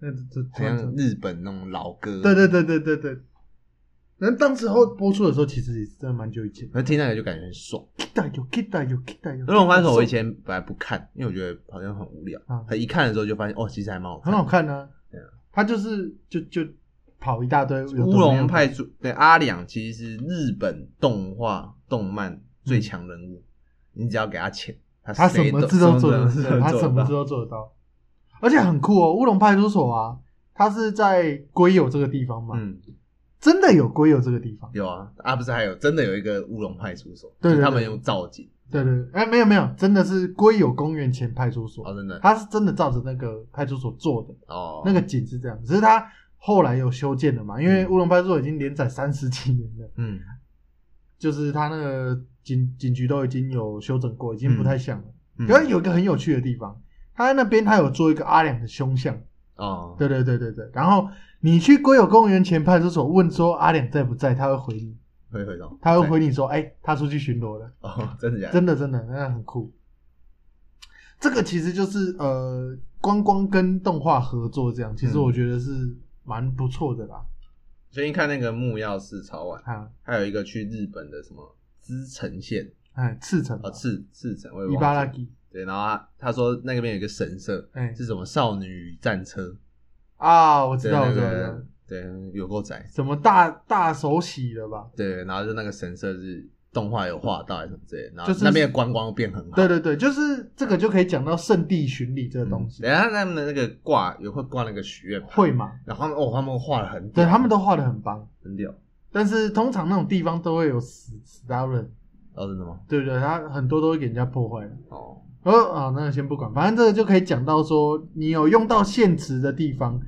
那这好像日本那种老歌，对对，对对对对。然后当时候播出的时候，其实也是真的蛮久以前。那听那个就感觉很爽。 Kita 有 Kita 有 Kita 有。 《龙翻手》我以前本来不看，因为我觉得好像很无聊啊，可一看的时候就发现哦，其实还蛮好看很的。好看啊对啊。他就是就就跑一大堆有的没有的乌龙派出对阿良其实是日本动画动漫最强人物，你只要给他钱，他嗯他他什么字都做得事，到，他什么字都做得到，而且很酷哦。乌龙派出所啊，它是在龟友这个地方嘛，嗯，真的有龟友这个地方。有啊，啊不是还有真的有一个乌龙派出所，对就对是他们对用造景，对对，对哎，没有没有，真的是龟友公园前派出所哦，真的它是真的照着那个派出所做的，哦，那个景是这样。只是它后来有修建了嘛，因为乌龙派出所已经连载三十几年了，嗯就是它那个警警局都已经有修整过，已经不太像了。嗯可是有一个很有趣的地方，它在那边它有做一个阿良的胸像。哦，对对对对对。然后你去国有公园前派出所问说阿良在不在，他会回你，会会懂，他会回你说，哎、他出去巡逻了。哦，真的假的？真的真的，那很酷。这个其实就是呃，光光跟动画合作这样，其实嗯我觉得是蛮不错的啦。最近看那个木曜四超玩，啊，还有一个去日本的什么滋城县哎，赤城啊，赤赤城，我也伊巴拉忘记了。基，对，然后他他说那边有一个神社哎是什么少女与战车，啊，我知对道，我那知道，我知道个对有够宅，什么大大手洗了吧？对，然后就那个神社是动画有画到还是什么之类的，然就后是那边的观光变很好。嗯对对对，就是这个就可以讲到圣地巡礼这个东西，等一下他们的那个挂也会挂那个许愿牌，会嘛？然后他们哦，他们画的很对屌，他们都画的很棒，很屌。但是通常那种地方都会有死死到人，哦，真的吗？对不对？他很多都会给人家破坏了。哦，呃啊、那先不管，反正这个就可以讲到说，你有用到现实的地方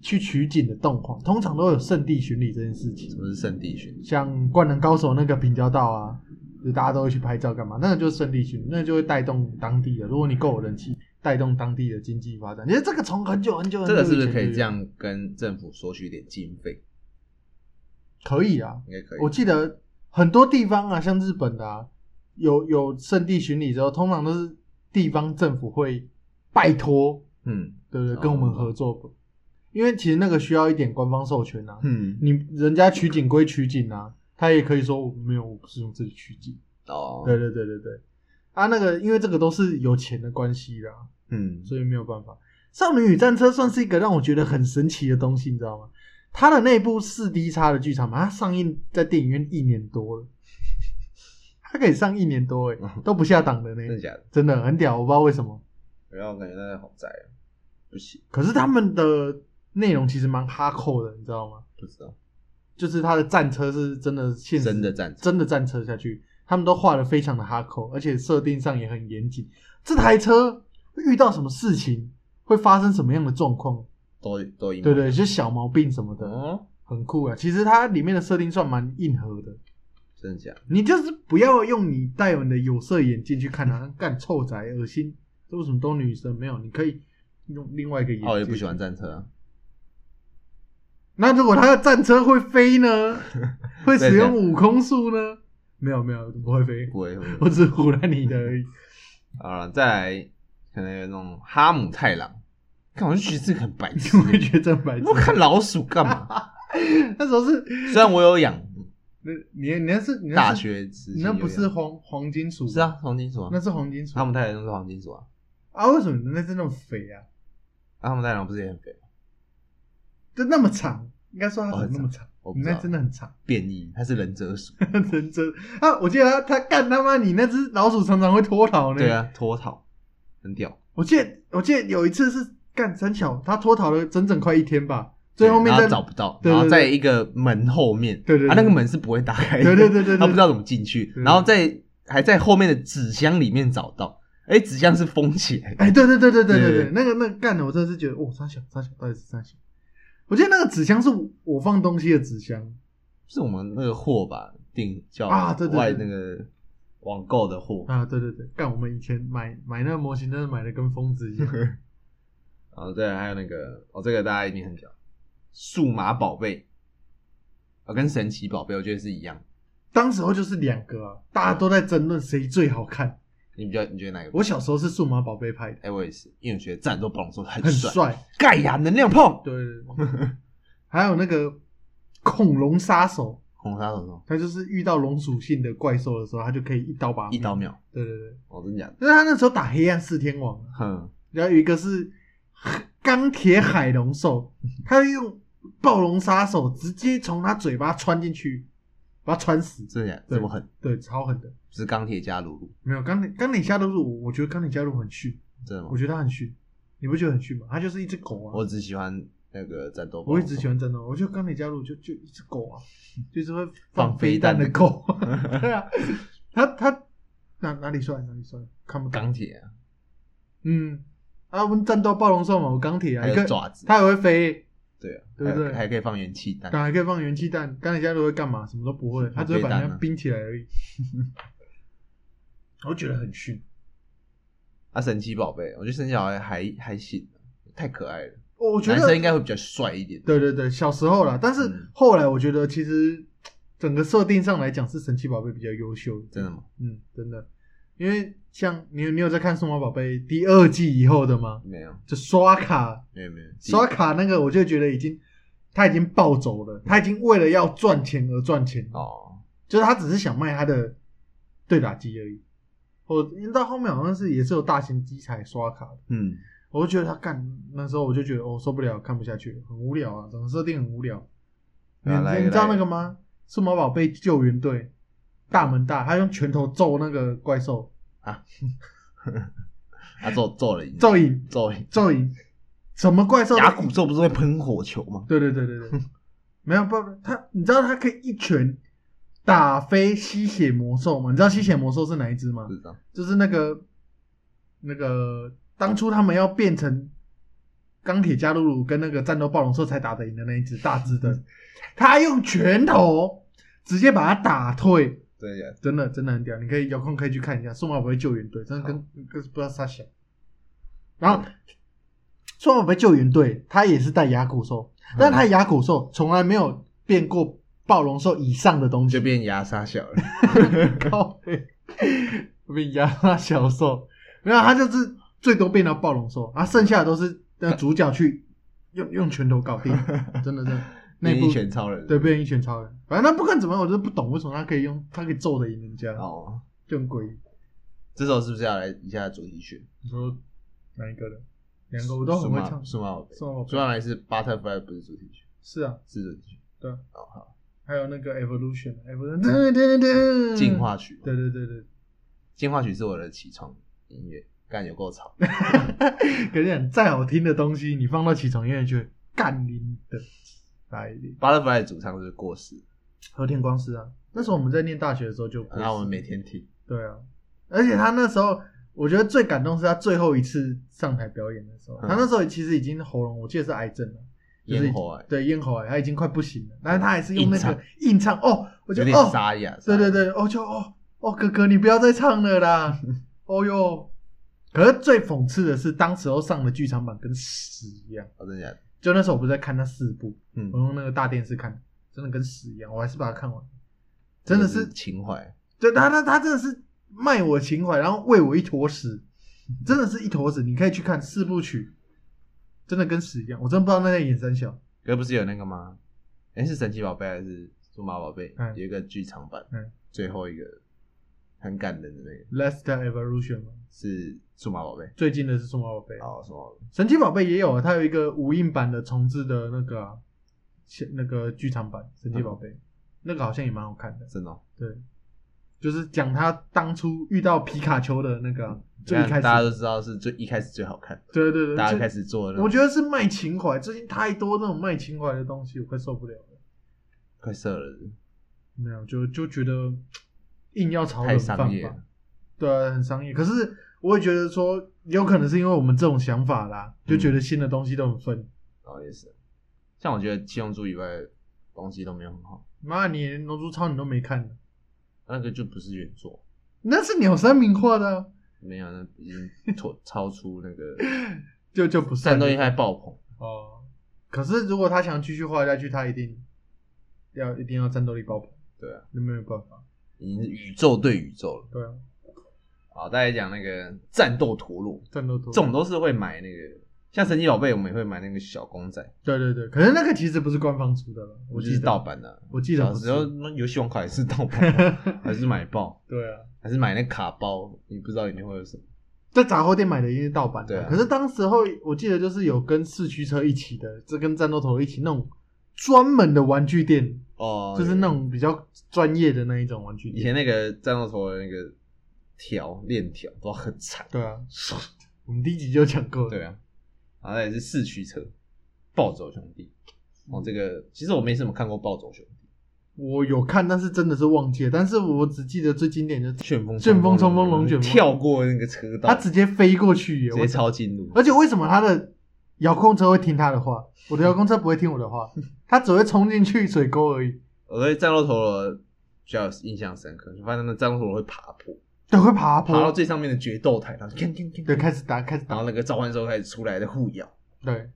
去取景的动画，通常都有圣地巡礼这件事什情。么是圣地巡？像《灌篮高手》那个平交道啊，就大家都会去拍照干嘛？那个就是圣地巡礼，那个就会带动当地的，如果你够有人气，带动当地的经济发展。其实这个从很久很久很这久个是不以是前可以就这样跟政府索取一点经费？有？可以啊，应该可以。我记得很多地方啊，像日本的啊，有有圣地巡礼之后，通常都是地方政府会拜托，嗯对不对？哦跟我们合作，因为其实那个需要一点官方授权啊。嗯，你人家取景归取景啊，他也可以说我没有，我不是用这里取景。哦，对，对对对对，啊，那个因为这个都是有钱的关系啦，嗯，所以没有办法。少女与战车算是一个让我觉得很神奇的东西，你知道吗？它的内部四 D 叉的剧场版，它上映在电影院一年多了，它可以上一年多哎、都不下档的呢哦真，的假的？真的很屌，我不知道为什么。然后我感觉那个好宅哦，不行，可是他们的内容其实蛮哈扣的，你知道吗？不知道，就是他的战车是真的现实真的战车真的战车下去，他们都画的非常的哈扣，而且设定上也很严谨。这台车遇到什么事情，会发生什么样的状况？都都赢。对对，就是小毛病什么的，哦，很酷啊。其实它里面的设定算蛮硬核的，真的假的？你就是不要用你戴有你的有色眼镜去看它，干臭宅恶心，这为什么都女生没有？你可以用另外一个眼镜。啊，我也不喜欢战车啊，那如果他的战车会 (laughs) 飞呢？会使用悟空术呢？没有没有，不会飞， (laughs) 不会。不会我只唬烂你的而已。好了，再来可能有那种哈姆太郎，看我就觉得这个很白痴你，会觉得这白痴我？看老鼠干嘛？ (laughs) 那时候是，虽然我有养那你你那是你那是大，学时期你有那养，不是黄黄金鼠？是啊，，黄金鼠啊，那是黄金鼠哈姆太郎是黄金鼠啊，啊？为什么那是那么肥啊？啊哈姆太郎不是也很肥？就那么长，应该说它哦怎么那么长？我不你知那道，真的很长，变异，它是忍者鼠，真真啊！我记得他他干他妈，你那只老鼠常常会脱逃呢。对啊，脱逃，很屌。我记得我记得有一次是干三小，他脱逃了整整快一天吧，最后面对再然找不到，对对然后对在一个门后面，对对对啊，那个门是不会打开的，对对对对对他不知道怎么进去，对然后在还在后面的纸箱里面找到，哎，纸箱是封起来的，哎，对对对对对对对对，那个那个干的，我真的是觉得，哦，三小三小到底是三小？我记得那个纸箱是我放东西的纸箱，是我们那个货吧，订叫啊对对对啊外那个网购的货， (laughs) 啊，对对对，干我们以前买买那个模型，真的买的跟疯子一样。然后再来还有那个，哦，这个大家一定很屌，数码宝贝，啊、跟神奇宝贝我觉得是一样。当时候就是两个啊，大家都在争论谁最好看。你比较你觉得哪个？我小时候是数码宝贝派的，哎、我也是，因为我觉得战斗暴龙说很很帅，帅。盖亚能量炮，对对对，还有那个恐龙杀手，红杀手说他就是遇到龙属性的怪兽的时候，他就可以一刀把它一刀灭。秒，对对对，我真的假的？因为他那时候打黑暗四天王啊，哼，然后有一个是钢铁海龙 (laughs) 兽，他用暴龙杀手直接从他嘴巴穿进去，把他穿死。真的假的？对这么狠，对，超狠的。是钢铁加鲁鲁，没有钢铁钢铁侠都是我，我觉得钢铁侠都很逊，真的吗我？觉得他很逊，你不觉得很逊吗？他就是一只狗啊。我只喜欢那个战斗暴我龙，一直喜欢战斗，我觉得钢铁加入就就一只 (laughs) 狗啊，就是会放飞飞弹弹的的狗。 (laughs) 对啊，他他哪哪里帅哪里帅，看不懂。钢铁啊，嗯，啊，我们战斗暴龙兽嘛，我钢铁啊，还你看有爪子，它也会飞，对啊，对不对还还可以放元气弹，然后还可以放元气弹。钢铁加入会干嘛？什么都不会，它只会放飞把弹啊人家冰起来而已。 (laughs) 我觉得很逊。啊，神奇宝贝，我觉得神奇宝贝还还行，太可爱了，我觉男生应得该会比较帅一点。对对对，小时候啦，但是嗯后来我觉得其实整个设定上来讲是神奇宝贝比较优秀，真的吗？嗯，真的，因为像你，你有在看《数码宝贝》第二季以后的吗？没有，就刷卡没有，没有。刷卡那个，我就觉得已经他已经暴走了，他已经为了要赚钱而赚钱，哦，就是他只是想卖他的对打机而已。我到后面好像是也是有大型机台刷卡的，嗯，我就觉得他干那时候我就觉得哦受不了，看不下去了，很无聊啊，整个设定很无聊。你啊来你知道来那个吗？数码宝贝救援队大门大，他用拳头揍那个怪兽。他啊揍揍了一咒影，揍了一咒影，什么怪兽？牙骨咒不是会喷火球吗？对对对对对，没有不不，他你知道他可以一拳打飞吸血魔兽吗？你知道吸血魔兽是哪一只吗不？知道，就是那个那个当初他们要变成钢铁加鲁鲁跟那个战斗暴龙兽才打得赢的那一只大只的，他用拳头直接把它打退，真的假的？真的真的很屌，你可以有空可以去看一下《数码宝贝救援队》，真的跟跟不知道啥想。然后，《数码宝贝救援队》它也是带牙骨兽，但它的牙骨兽从来没有变过暴龙兽以上的东西就，变牙杀小 (laughs) 了。靠背，变牙那小兽，没有，它就是最多变到暴龙兽，啊，剩下的都是那主角去用用拳头搞 (laughs) 定，真的真的。那部一拳超人，对变一拳超人，反正他不管怎么样，我就不懂为什么他可以用，他可以揍得赢人家，哦，就很诡异。这时候是不是要来一下主题曲？你说哪一个的？两个我都很会唱。数码宝贝，数码宝贝数码宝贝是 Butterfly 不是主题曲，是啊，是主题曲。对啊哦好，还有那个 Evolution，Evolution 嗯进。化曲，嗯对对对对，进化曲是我的起床音乐，干有够吵。 (laughs) 跟你讲，再好听的东西，你放到起床音乐去，干你的来一点。 Butterfly 的主唱就是过世，和田光司啊，那时候我们在念大学的时候就过世，然啊后我们每天听。对啊，而且他那时候。我觉得最感动是他最后一次上台表演的时候，嗯他那时候其实已经喉咙，我记得是癌症了，就是已咽喉癌对咽喉癌，他已经快不行了，但是他还是用那硬个硬唱哦，我觉有得点哦，沙哑。对对沙哑，对，哦就哦哦哥哥，你不要再唱了啦，哦哟。可是最讽刺的是，当时候上的剧场版跟屎一样，哦，真的假的？就那时候我不是在看那四部，我嗯，用那个大电视看，真的跟屎一样，我还是把它看完，真的是，情怀，就他他他真的是卖我情怀，然后喂我一坨屎，真的是一坨屎，你可以去看四部曲，真的跟屎一样，我真的不知道那在演三小，可不是有那个吗？哎，是神奇宝贝还是数码宝贝嗯？有一个剧场版嗯，最后一个很感人的那个 Last Evolution 嘛，是数码宝贝。最近的是数码宝贝，哦，数码宝贝。神奇宝贝也有，啊，它有一个无印版的重置的那个、啊、现那个剧场版神奇宝贝，嗯那个好像也蛮好看的。真的哦，对，就是讲他当初遇到皮卡丘的那个啊、最一开嗯大家始，都知道是最一开始最好看，对对对，大家就开始做的那种，我觉得是卖情怀，最近太多那种卖情怀的东西，我快受不了了。快射了，没有，就就觉得硬要炒太冷饭商业吧了，。对啊，很商业。可是我也觉得说，有可能是因为我们这种想法啦，就觉得嗯新的东西都很分。然后也是，像我觉得七龙珠以外的东西都没有很好，妈，你连龙珠超你都没看呢那个就不是原作，那是鸟山明画的啊、 (laughs) 没有，那已经脱超出那个就就不算战斗力太爆棚。哦。可是如果他想继续画下去，他一定要一定要战斗力爆棚，对啊，那没有办法。已经是宇宙对宇宙了。对啊，好，再来讲那个战斗陀螺，战斗多这种都是会买那个，像神奇宝贝，我们也会买那个小公仔，对对对，可是那个其实不是官方出的了，我就记是得盗，版的、啊。我记得小不是时。候那游戏王卡也是盗版 (laughs) 的，还是买爆，对啊，还是买那卡包，你不知道里面会有什么。在杂货店买的一定是盗版的，对啊可是当时候我记得就是有跟四驱车一起的，这跟战斗头一起那种专门的玩具店，哦，就是那种比较专业的那一种玩具以店。前那个战斗陀螺的那个条链条都很长。对啊，我们第一集就讲过了。对啊，然后再来是四驱车，暴走兄弟。哦，这个其实我没什么看过暴走兄弟，我有看，但是真的是忘记了，但是我只记得最经典就是旋风旋风冲锋龙卷风跳过那个车道，他直接飞过去耶，直我接超近路。而且为什么他的遥控车会听他的话？我的遥控车不会听我的 (laughs) 话，他只会冲进去水沟而已。我对战斗陀螺比较有印象深刻，就发现那战斗陀螺会爬坡，对，会爬坡，爬到最上面的决斗台，然后就对，开始打，开始然打后，那个召唤兽开始出来的互咬，对，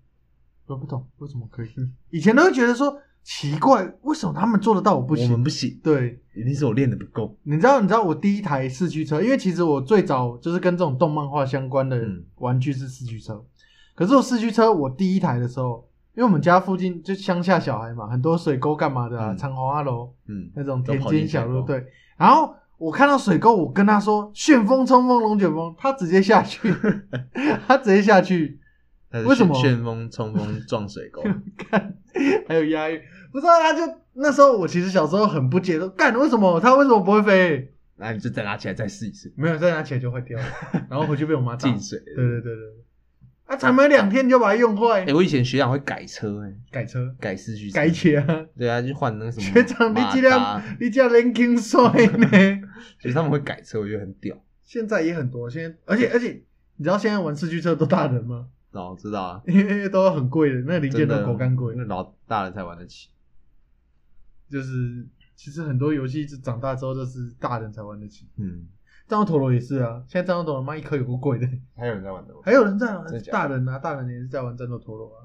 我不懂为什么可以。以前都会觉得说奇怪，为什么他们做得到我不我们行？不行，对，一定是我练的不够。你知道，你知道我第一台四驱车，因为其实我最早就是跟这种动漫画相关的嗯玩具是四驱车。可是我四驱车我第一台的时候，因为我们家附近就乡下小孩嘛，很多水沟干嘛的啊，嗯长虹阿楼嗯，那种都田跑间进哦小水路，沟对。然后我看到水沟，我跟他说“旋风冲锋龙卷风”，他直接下 (laughs) 去，他直接下去，但是为什么旋风冲锋撞水 (laughs) 沟？看还有押韵，不知道他就那时候我其实小时候很不解，说干为什么他为什么不会飞？然后你就再拿起来再试一次，没有，再拿起来就坏 (laughs) 掉了，然后回去被我妈打。进水。 (laughs) 对对对对对，啊，才买两天就把它用坏，哎、我以前学长会改车、哎，改车改四驱车，改起啊！ (laughs) 对啊，就换那个什么学长你马这达辆， (laughs) 你这人轻帅 (laughs) 呢？其实他们会改车，我觉得很屌。现在也很多，现在而且而且你知道现在玩四驱车都大人吗？ (laughs) 然后知道啊，因为因为都很贵的，那零件真都的啊狗干贵那，老大人才玩得起。就是其实很多游戏就长大之后都是大人才玩得起。嗯，战斗陀螺也是啊，现在战斗陀螺妈一颗有够贵的， (laughs) 还有人在玩的吗？还有人在玩真的假的大人啊，大人也是在玩战斗陀螺啊。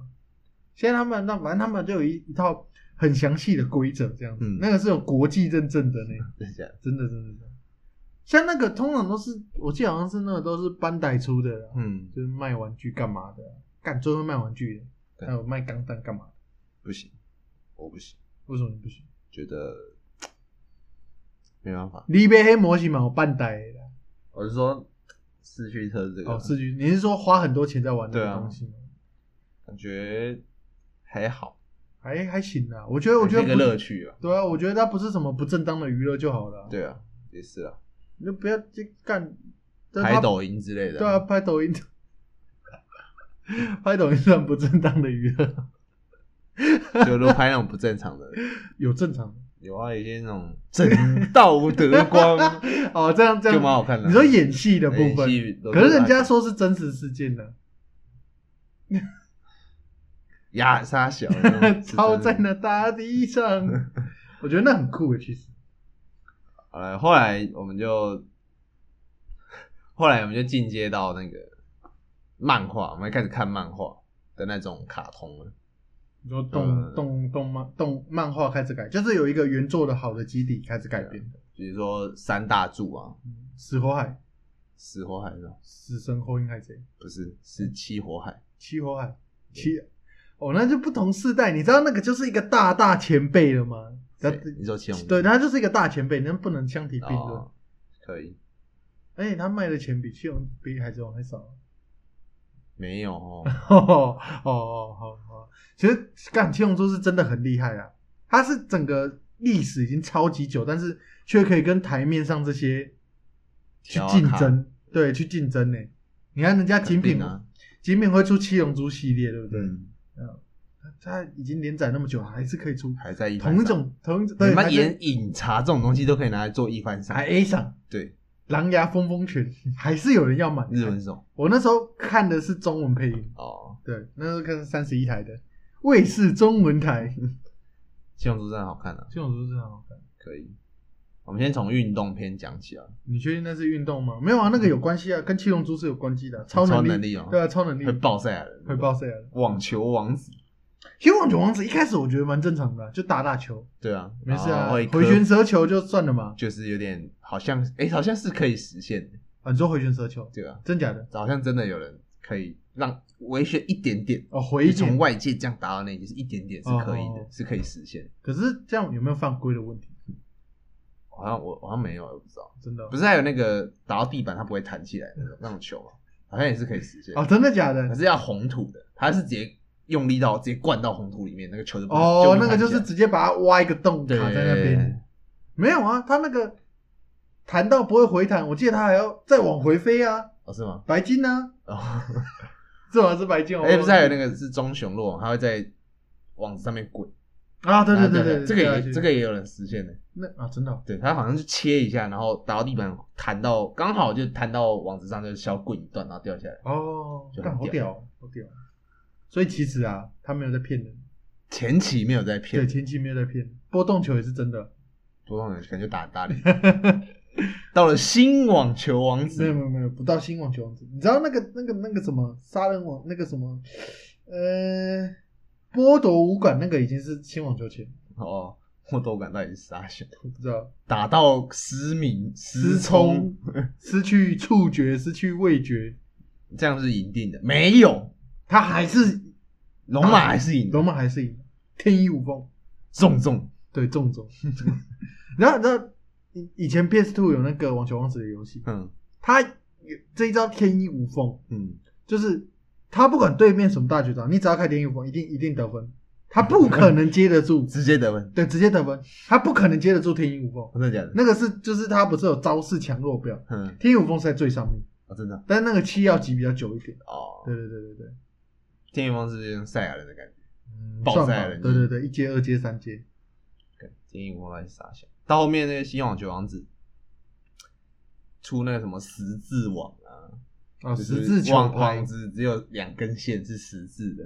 现在他们那反正他们就有一一套很详细的规则这样子，嗯那个是有国际认证的呢。真的假的？真的真的真的。像那个通常都是，我记得好像是那个都是班代出的啦，嗯，就是卖玩具干嘛的啊，干最会卖玩具的，对还有卖钢弹干嘛的，不行，我不行，为什么你不行？觉得没办法。李贝黑模型嘛，我半代的啦我是说四驱车这个，哦，是你是说花很多钱在玩那啊对个啊东西吗？感觉还好，还还行啦，我觉得我觉得还是一不个是乐趣啊。对啊，我觉得它不是什么不正当的娱乐就好了啊、对啊，也是啊，你就不要去干但它拍抖音之类的。对啊，，拍抖音， (laughs) 拍抖音算不正当的娱乐，就如果拍那种不正常 (laughs) 的，有正常的。有啊，有些那种正道德光 (laughs) 哦，这样这样就蛮好看的啊。你说演戏的部演分，戏都可是人家说是真实事件的，，呀沙小 (laughs) 抄在那大地上，我觉得那很酷诶，欸其实。好了，后来我们就，后来我们就进阶到那个漫画，我们开始看漫画的那种卡通了。你说动嗯动动漫动漫画开始改，就是有一个原作的好的基底开始改编的，比如说三大柱啊，嗯死火海、死火海是吧死神、后影海贼、不是是七火海，七火海、七，哦，那就不同世代，你知道那个就是一个大大前辈了吗？然后对你说七龙珠对，他就是一个大前辈，那不能相提并论。哦，可以而且他卖的钱比七龙比海贼王还少。啊没有哦， (laughs) 哦哦哦，好好，其实干七龙珠是真的很厉害啊，它是整个历史已经超级久，但是却可以跟台面上这些去调啊竞卡争，对，去竞争呢、你看人家肯锦品定，啊，锦品会出七龙珠系列，对不对？嗯，它已经连载那么久，还是可以出还在一番同赏，一种同一种，你对，们还连饮茶这种东西都可以拿来做一番赏还，A 上对，狼牙风风拳，还是有人要买。日文这种我那时候看的是中文配音，哦，对，那时候看三十一台的卫视中文台，七龙珠真的好看啊，七龙珠是很好看。可以，我们先从运动篇讲起啊，你确定那是运动吗？没有啊，那个有关系啊，跟七龙珠是有关系的啊、超能力，嗯超能力哦对啊，超能力会爆赛亚人，会爆赛亚人。网球王子，其实网球王子一开始我觉得蛮正常的啊、就打打球，对啊，没事然啊，后会回磕旋蛇球就算了嘛。就是有点好像，哎、好像是可以实现的，啊，你说回旋蛇球，对啊，真假的？好像真的有人可以让微旋一点点，哦，回一就从点。外界这样打到内界是一点点是可以的，哦是可以实现的。可是这样有没有犯规的问题？好像我好像没有，我不知道，真的哦不是还有那个打到地板它不会弹起来的那种那种球吗？好像也是可以实现，哦，真的假可的？是要红土的，它是直接用力到直接灌到红土里面，那个球就不哦，不那弹个就起来是直接把它挖一个洞卡对在那边。没有啊，他那个弹到不会回弹，我记得他还要再往回飞啊。哦是吗？白金呢？哦。这玩意是白金哦。哎，不是还有那个是棕熊落网，它会在网子上面滚。啊？对对对对对，这对个啊也这个也有人实现的。那啊，真的哦对，它好像是切一下，然后打到地板，弹到刚好就弹到网子上，就小滚一段，然后掉下来。哦就，很干好屌屌哦，好屌哦。所以其实啊，他没有在骗人，前期没有在对，骗，前期没有在骗人，波动球也是真的。不动人可能就打打脸。 (laughs) 到了新网球王没有子，没有没有，不到新网球王子。你知道那个那个那个什么杀人网那个什么，呃，剥夺武馆那个已经是新网球前，哦，我都感到底是傻笑，我不知道打到失明失失聪聪，、失去触觉、失去味觉，这样是赢定的。没有，他还是龙马还是赢的，啊龙马还是赢，天衣无缝，重重。对重中。 (laughs) 然后然后以以前 PS Two 有那个网球王子的游戏，嗯他这一招天衣无缝，嗯，就是他不管对面什么大绝招，你只要开天衣无缝，一定一定得分，他不可能接得住。直接得分，对，直接得分，他不可能接得住天衣无缝。真的假的？那个是就是他不是有招式强弱表，嗯，天衣无缝是在最上面，哦，真的但是那个七要集比较久一点。哦。对对对对对，天元方是有点赛亚人的感觉，嗯，爆算赛吧了对对对，一阶、二阶、三阶，干天元方还是傻笑。到后面那个新网球王子出那个什么十字网啊，啊，就十是字球网拍网，子只有两根线是十字的，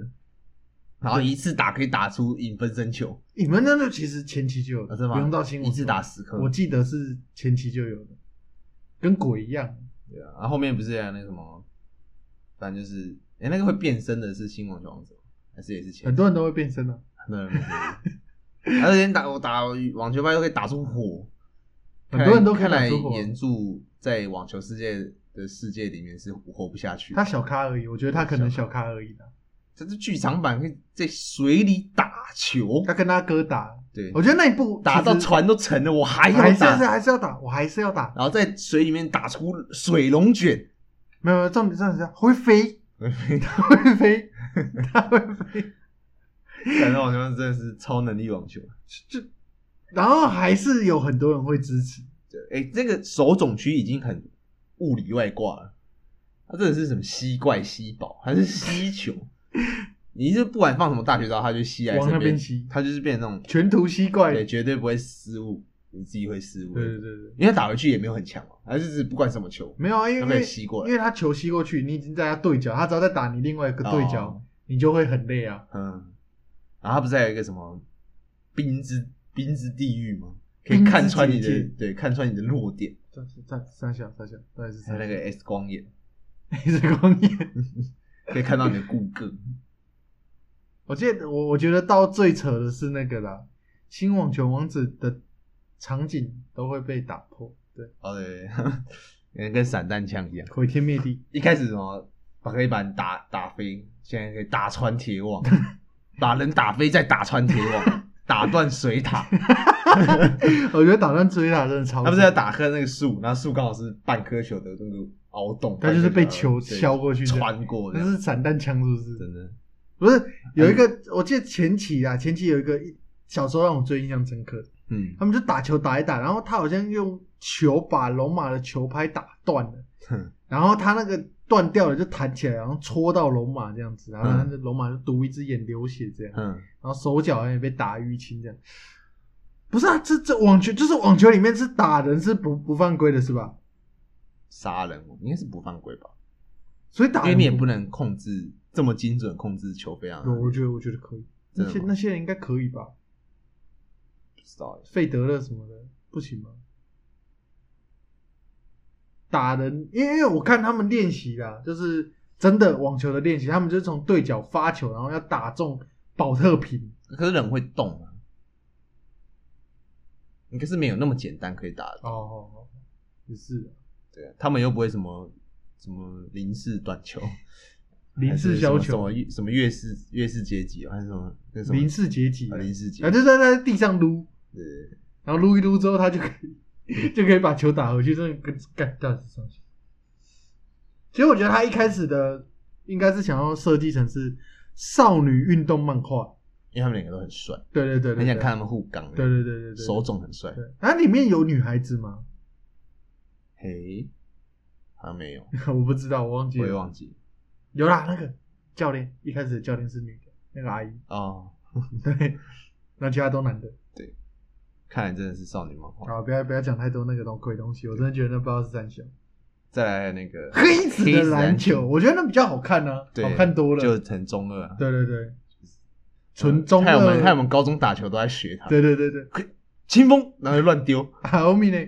然后一次打可以打出影分身球，你们那个其实前期就有，啊、是吗？不用到新闻一次打，十颗，我记得是前期就有的，跟鬼一样。对啊。然后后面不是还有那个什么，反正就是，哎、那个会变身的是新网球王子吗，还是也是前很多人都会变身啊，很多人没有。 (laughs) 而且打我打网球拍都可以打出火，很多人都可以看来打出火看来岩柱在网球世界的世界里面是活不下去的。他小咖而已，我觉得他可能小咖而已啦。这是剧场版，可以在水里打球他，跟他哥打，对，我觉得那一步打到其实船都沉了，我还要还是打，还是要打，我还是要打。然后在水里面打出水龙 (laughs) 卷，没有，没有重点重点是会飞， (laughs) 它会飞， (laughs) 它会飞，感到网球真的是超能力网球。就然后还是有很多人会支持。对，哎、这个手冢区已经很物理外挂了，他这个是什么吸怪吸宝还是吸球？你是不管放什么大绝招，他就吸来往这那边吸他就是变成那种全图吸怪，对，对绝对不会失误，你自己会失误。对对对，因为他打回去也没有很强嘛，他就是不管什么球，没有啊，因为他因可以为吸过来因为他球吸过去，你已经在他对角，他只要再打你另外一个对角，哦你就会很累啊。嗯，然后他不是还有一个什么冰之冰之地狱吗？可以冰之看穿你的结界对，看穿你的弱点，三三三小三小，大概是还有三那小个 S 光眼， (laughs) 是光眼。可以看到你的骨骼。 (laughs) 我记得我我觉得到最扯的是那个啦，新网球王子的场景都会被打破，对，哦对， (laughs) 对跟散弹枪一样。毁天灭地。 (laughs) 一开始什么把黑板打打飞，现在可以打穿铁网，把人打飞再打穿铁网，打断水 (laughs) 塔。我觉得打断追塔真的超，他不是要，打开那个树，然后树刚好是半颗球的那个凹洞，他就是半被颗球对削过去的穿过的那，是散弹枪是不是？真的。不是有一个，我记得前期啊，前期有一个小时候让我最印象深刻的，嗯，他们就打球打一打，然后他好像用球把龙马的球拍打断了，哼然后他那个断掉了就弹起来，然后戳到龙马这样子，然后他的龙马就毒一只眼流血这样，嗯，然后手脚好像也被打淤青这样。不是啊，这这网球就是网球里面是打人是不不犯规的是吧？杀人哦应该是不犯规吧？所以打因人为你也不能控制这么精准控制球飞啊。有我觉得我觉得可以，真那的些吗那些人应该可以吧？不知道欸费德勒什么的不行吗？打人，因为因为我看他们练习啦，就是真的网球的练习，他们就是从对角发球，然后要打中保特瓶。可是人会动啊，应该是没有那么简单可以打的。哦哦哦，也是对啊，他们又不会什么什么零式短球， (laughs) 林氏削还是什球么，什么越式越式阶级，啊还是什么那什么林氏结集啊，林氏阶啊，级，就在在地上撸，对对对然后撸一撸之后，他就可以 (laughs) 就可以把球打回去，真的跟干到底是什么？其实我觉得他一开始的应该是想要设计成是少女运动漫画，因为他们两个都很帅，对对对对，很想对看他们互刚，对对对对对，手冢很帅，对，啊，里面有女孩子吗？ (laughs) 嘿，好像没有，我不知道，我忘记我也了。忘记有啦，那个教练一开始的教练是女的，那个阿姨，哦，对，那其他都男的。看来真的是少女漫画。好，不要不要讲太多那个东鬼东西，我真的觉得那不知道是三小。再来那个黑子的篮篮球，，我觉得那比较好看呢、对，好看多了。就很中二啊，对对对，纯中害二。我们害我们高中打球都在学他，对对对对，清风然后就乱丢还有米呢，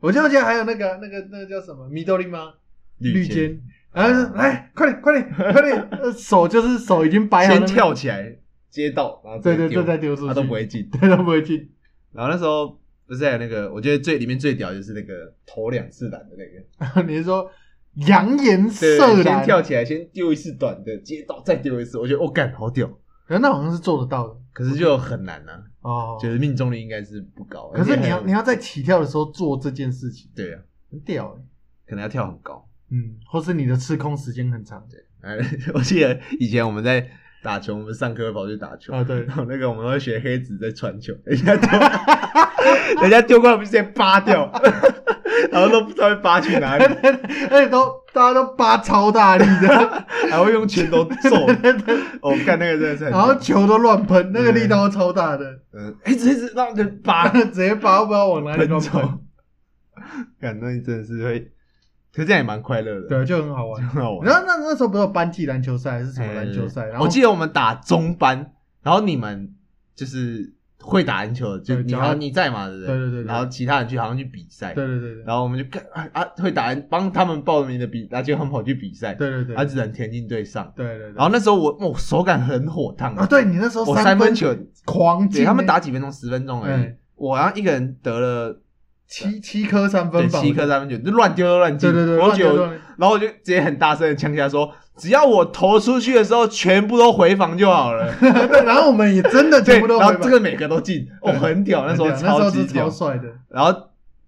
我就记得还有那个那个那个叫什么米豆利吗？绿箭，啊箭。然后就来，快点，快点，快点！呃手就是手已经摆好先了，跳起来接到，然后对再对丢对，再丢出去，他都不会进。对，都不会进。然后那时候不是还有那个，我觉得最里面最屌就是那个投两次篮的那个，你是说扬言对，射先篮？跳起来，先丢一次短的，接到再丢一次，我觉得我干、好屌。可是那好像是做得到的可是就很难啊，哦。觉得命中率应该是不高。可是而你且还要有你要在起跳的时候做这件事情，对啊，很屌欸可能要跳很高。嗯，或是你的吃空时间很长哎，我记得以前我们在打球，我们上课会跑去打球，啊，对然后那个我们会学黑子在传球，人家丢， (laughs) 人家丢过来我们就直接扒掉， (laughs) 然后都不知道会扒去哪里，而且哎都大家都扒超大力的，还会用拳头揍。我看那个真的是很，然后球都乱喷，那个力道超大的，嗯，黑子黑子让人扒啊， (laughs) 直接扒不知道往哪里很乱丑 (laughs) 喷，，感动真的是会，可是这样也蛮快乐的，对，就很好玩。 (laughs) 很好玩。然后那那时候不是有班级篮球赛还是什么篮球赛？哎然后我记得我们打中班，然后你们就是会打篮球的，就对你然好后像你在嘛，对不对对对对然后其他人去好像去比赛，对对对对然后我们就看啊啊会打篮，帮他们报名的比，然后结果他们跑去比赛，对对对他只能田径队上。对对对然后那时候我我手感很火烫啊，对你那时候我三分分球，狂进对欸，他们打几分钟，十分钟而已嗯，我好像一个人得了七七颗三对分吧，七颗三分球，就乱丢都乱进，对对对，我乱就丢觉得乱丢然后我就直接很大声的呛下说：“只要我投出去的时候，全部都回防就好了。对，然后我们也真的”对，全部都然回后满这个每个都进，哦，对很屌，那时候对那时超候级是超屌。帅的，然后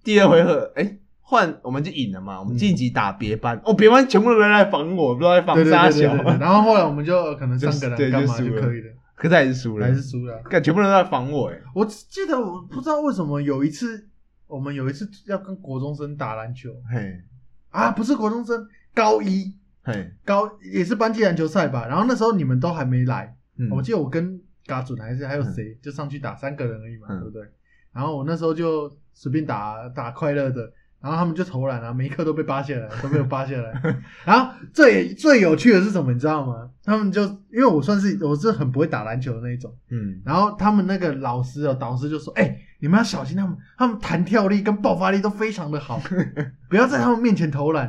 第二回合，哎，换我们就赢了嘛，我们嗯晋级打别班，哦，别班全部都来防我，不知道在对防对啥对对小对，，对然后后来我们就可能就三个人对干嘛就就输了可以了，可是还是输了，还是输了。看全部人都在防我，哎，我记得我不知道为什么有一次，我们有一次要跟国中生打篮球嘿，啊，不是国中生，高一嘿，高也是班级篮球赛吧。然后那时候你们都还没来，啊嗯我记得我跟嘎准还是还有谁、就上去打三个人而已嘛，嗯对不对？然后我那时候就随便打打快乐的，然后他们就投篮啊，每一颗都被扒下来，都被我扒下 (laughs) 来。然后最最有趣的是什么，你知道吗？他们就因为我算是我是很不会打篮球的那一种，嗯，然后他们那个老师哦，导师就说：“哎、你们要小心他们，他们弹跳力跟爆发力都非常 (laughs) 的好，不要在他们面前投篮。”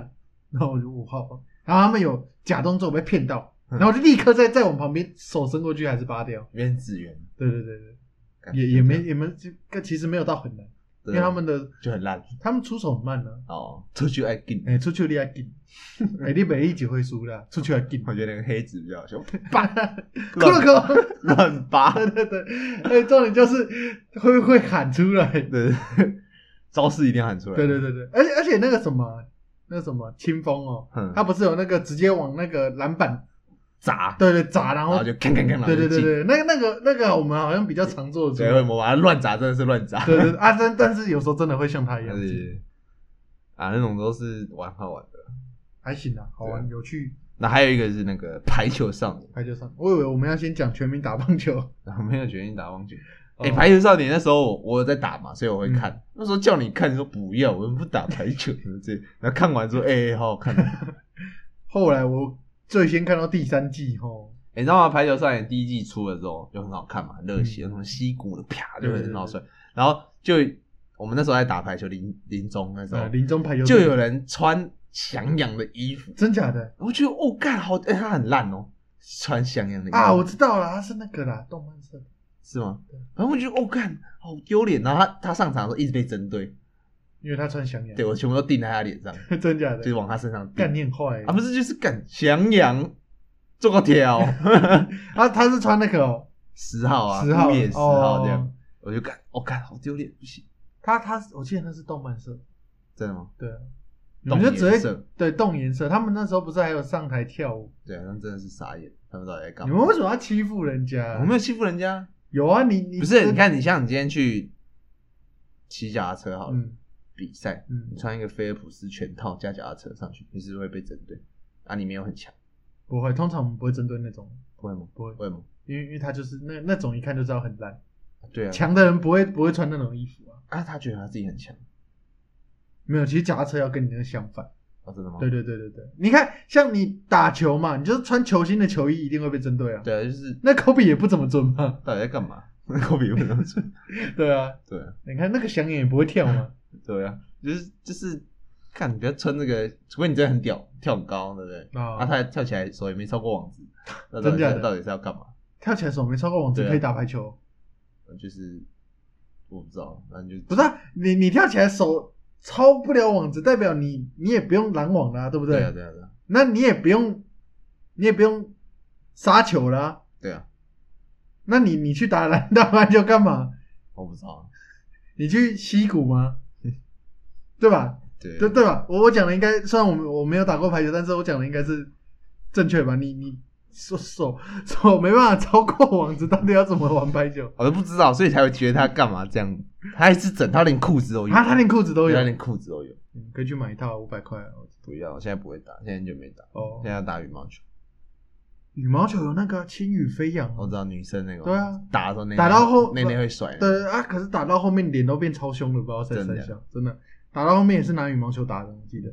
然后我就我好吧，然后他们有假动作被骗到，嗯然后我就立刻在在我旁边手伸过去，还是扒掉。原子源对对对对，干也也没也没这个其实没有到很难，因对啊为他们的就很烂他们出手很慢呢、啊哦，出去爱进，哎、出去你要 (laughs) 紧，哎、你每一集会输的，啊出去要紧。 (laughs) 我觉得那个黑子比较好笑，叭，哭了哭，乱拔，对对对，哎、重点就是会会喊出来。对，招式一定要喊出来，对对对对，而且而且那个什么，那什么清风哦，嗯他不是有那个直接往那个篮板，砸，对对砸，然然后后就看看看，对对然后对就进，对，那个那个那个我们好像比较常做的出对，会来，魔把它乱砸，真的是乱砸，对对对啊，但但是有时候真的会像他一但样，是啊，那种都是玩好玩的。还行啊，好玩有趣，那还有一个是那个排球少年，排球上，我以为我们要先讲全民打棒球，然后没有决定打棒球。哦哎、排球少年那时候我我有在打嘛，所以我会看。那时候叫你看，你说不要，我们不打排球什么之类。然后看完 (laughs) 说，哎、好好看。后来我最先看到第三季吼，你知道吗？排球少年第一季嗯出的时候就很好看嘛，热血，什么西谷的啪就很好帅。然后就我们那时候在打排球，林林中那时候呃，林中排球就有人穿翔阳的衣服，真假的我觉得哦，干好，哎、他很烂哦，穿翔阳的衣服啊，我知道了，他是那个啦，动漫社。是吗对？然后我就觉得哦，干好丢脸，然后他他上场的时候一直被针对，因为他穿翔阳，对我全部都定在他脸上，真假就是的，往他身上定干。念坏欸啊，不是，就是干翔阳做个 (laughs) 条啊，他是穿那个哦，十号啊，十号五野十号这哦样，我就干，我、哦、干好丢脸，不行，他他我记得他是动漫社，真的吗？对啊，你动们就只颜会色对动颜色，他们那时候不是还有上台跳舞？对啊，那真的是傻眼，他们到底在干你嘛？们为什么要欺负人家？啊我没有欺负人家，有啊，你你不是？你，看，你像你今天去骑脚踏车好了，嗯比赛，嗯你，穿一个菲尔普斯全套加脚踏车上去，你是不是会被针对啊？你没有很强，不会，通常我们不会针对那种，不会吗？不会，会吗？因为因为他就是那那种一看就知道很烂，对啊，强的人不会不会穿那种衣服啊。啊，他觉得他自己很强没有，其实脚踏车要跟你那个相反。啊，真的吗？对对对对对，你看，像你打球嘛，你就是穿球星的球衣，一定会被针对啊。对啊，就是那科比也不怎么准嘛。到底在干嘛？ (laughs) 科比为什么说？对啊， (laughs) 对啊，你看那个翔眼也不会跳嘛。对啊，就是就是，看你不要穿这个，除非你真的很屌，跳很高，对不对？啊，啊他跳起来手也没超过网子，那到底真假是的到底是要干嘛？跳起来手没超过网子对啊可以打排球，就是我不知道，反正就不是、啊？你你跳起来手超不了网子，代表你你也不用拦网啦、对不对啊，对啊，对啊，那你也不用，你也不用杀球啦、对啊，那你你去打篮打篮球干嘛？我不知道，你去溪谷吗？ (laughs) 对吧？对啊对对吧？我我讲的应该，虽然我们我没有打过排球，但是我讲的应该是正确吧？你你手手手没办法超过网子，到底要怎么玩排球？我都不知道，所以才会觉得他干嘛这样，他还是整，他连裤子都有，啊，他连裤子都对有他，连裤子都有，嗯可以去买一套五百块啊不要，我现在不会打，现在很久没打，哦现。在要打羽毛球，羽毛球有那个啊轻羽飞扬我啊，知道女生那个，对啊，打的时候内内打到后内内会甩，，对啊，可是打到后面脸都变超凶了，不知道在真的嗯三小，真的打到后面也是拿羽毛球打的，我记得。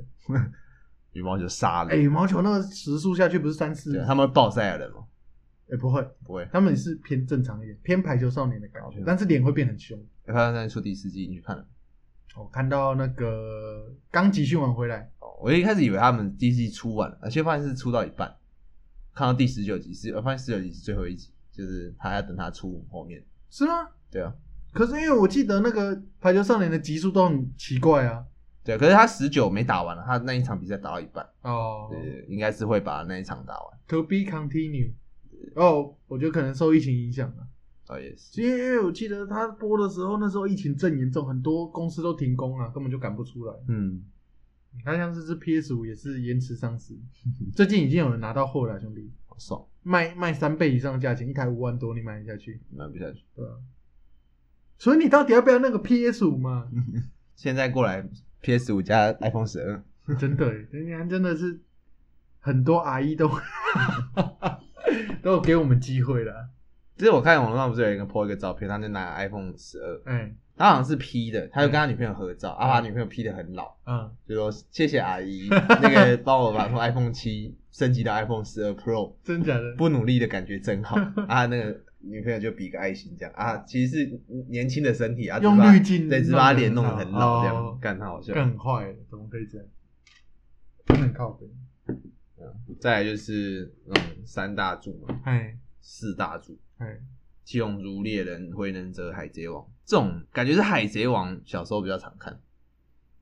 羽毛球杀了哎，，羽毛球那个时速下去不是三四对，，他们会爆赛亚人吗？哎不会，不会，他们是偏正常一点，偏排球少年的感哦觉对，但是脸会变很凶。他现在出第四季，你去看了。我看到那个刚集训完回来，哦我一开始以为他们第一季出完了，而且发现是出到一半，看到第十九集是，我发现十九集是最后一集，就是他还要等他出后面。是吗？对啊，可是因为我记得那个排球少年的集数都很奇怪啊。对啊可是他十九没打完了，啊他那一场比赛打到一半，哦对，应该是会把那一场打完。 ，To be continue。哦，我觉得可能受疫情影响啊了，倒哦也是，因为因为我记得他播的时候，那时候疫情正严重，很多公司都停工啊，根本就赶不出来。嗯，你看，像是这 PS 五也是延迟上市， (laughs) 最近已经有人拿到货了啊，兄弟，好爽，卖卖三倍以上的价钱，一台五万多，你买得下去？买不下去。对啊。所以你到底要不要那个 PS 五嘛？ (laughs) 现在过来 PS 五加 iPhone 十二，真的耶，人家真的是很多阿姨都 (laughs) 都有给我们机会了。就是我看网络上不是有一个 po 一个照片，他就拿 iPhone 十二，哎、他好像是 P 的，他就跟他女朋友合照，啊，把他女朋友 P 的很老。嗯，就说谢谢阿姨， (laughs) 那个帮我把从 iPhone 七升级到 iPhone 十二 Pro，真假的？不努力的感觉真好啊！那个女朋友就比个爱心这样啊，其实是年轻的身体啊，只是用把滤镜对，只是把她脸弄得很老这哦样，干太好笑。更坏了，怎么可以这样？真的很靠北。再来就是嗯，三大柱嘛，哎四大柱，哎，七龙珠、猎人、火影忍者、海贼王这种感觉是海贼王小时候比较常看，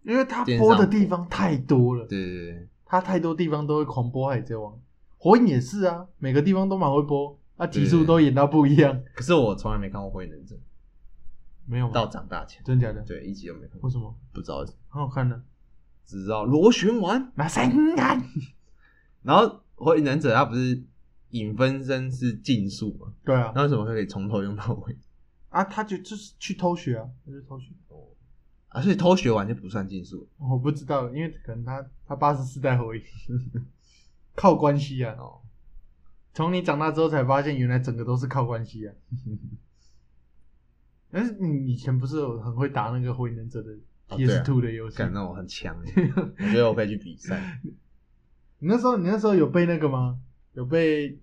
因为他电播的商地方太多了，对对对，他太多地方都会狂播《海贼王》，《火影》也是啊，每个地方都蛮会播，啊，集数对都演到不一样，可是我从来没看过火影忍者，没有吗到长大前，真假的？对一集都没看过为，什么？不知道为什么很好看的，啊只知道螺旋丸。那神感然后火影忍者他不是影分身是禁术嘛？对啊，那为什么可以从头用到尾啊，他就就是去偷学啊，他就偷学。啊？所以偷学完就不算禁术我不知道，因为可能他他八十四代回忆， (laughs) 靠关系啊。哦。从你长大之后才发现，原来整个都是靠关系啊。 (laughs) 但是你以前不是有很会打那个火影忍者的哦对啊 PS2 的游戏？感到我很强耶，我觉得我可以去比赛。你那时候你那时候有被那个吗？有被？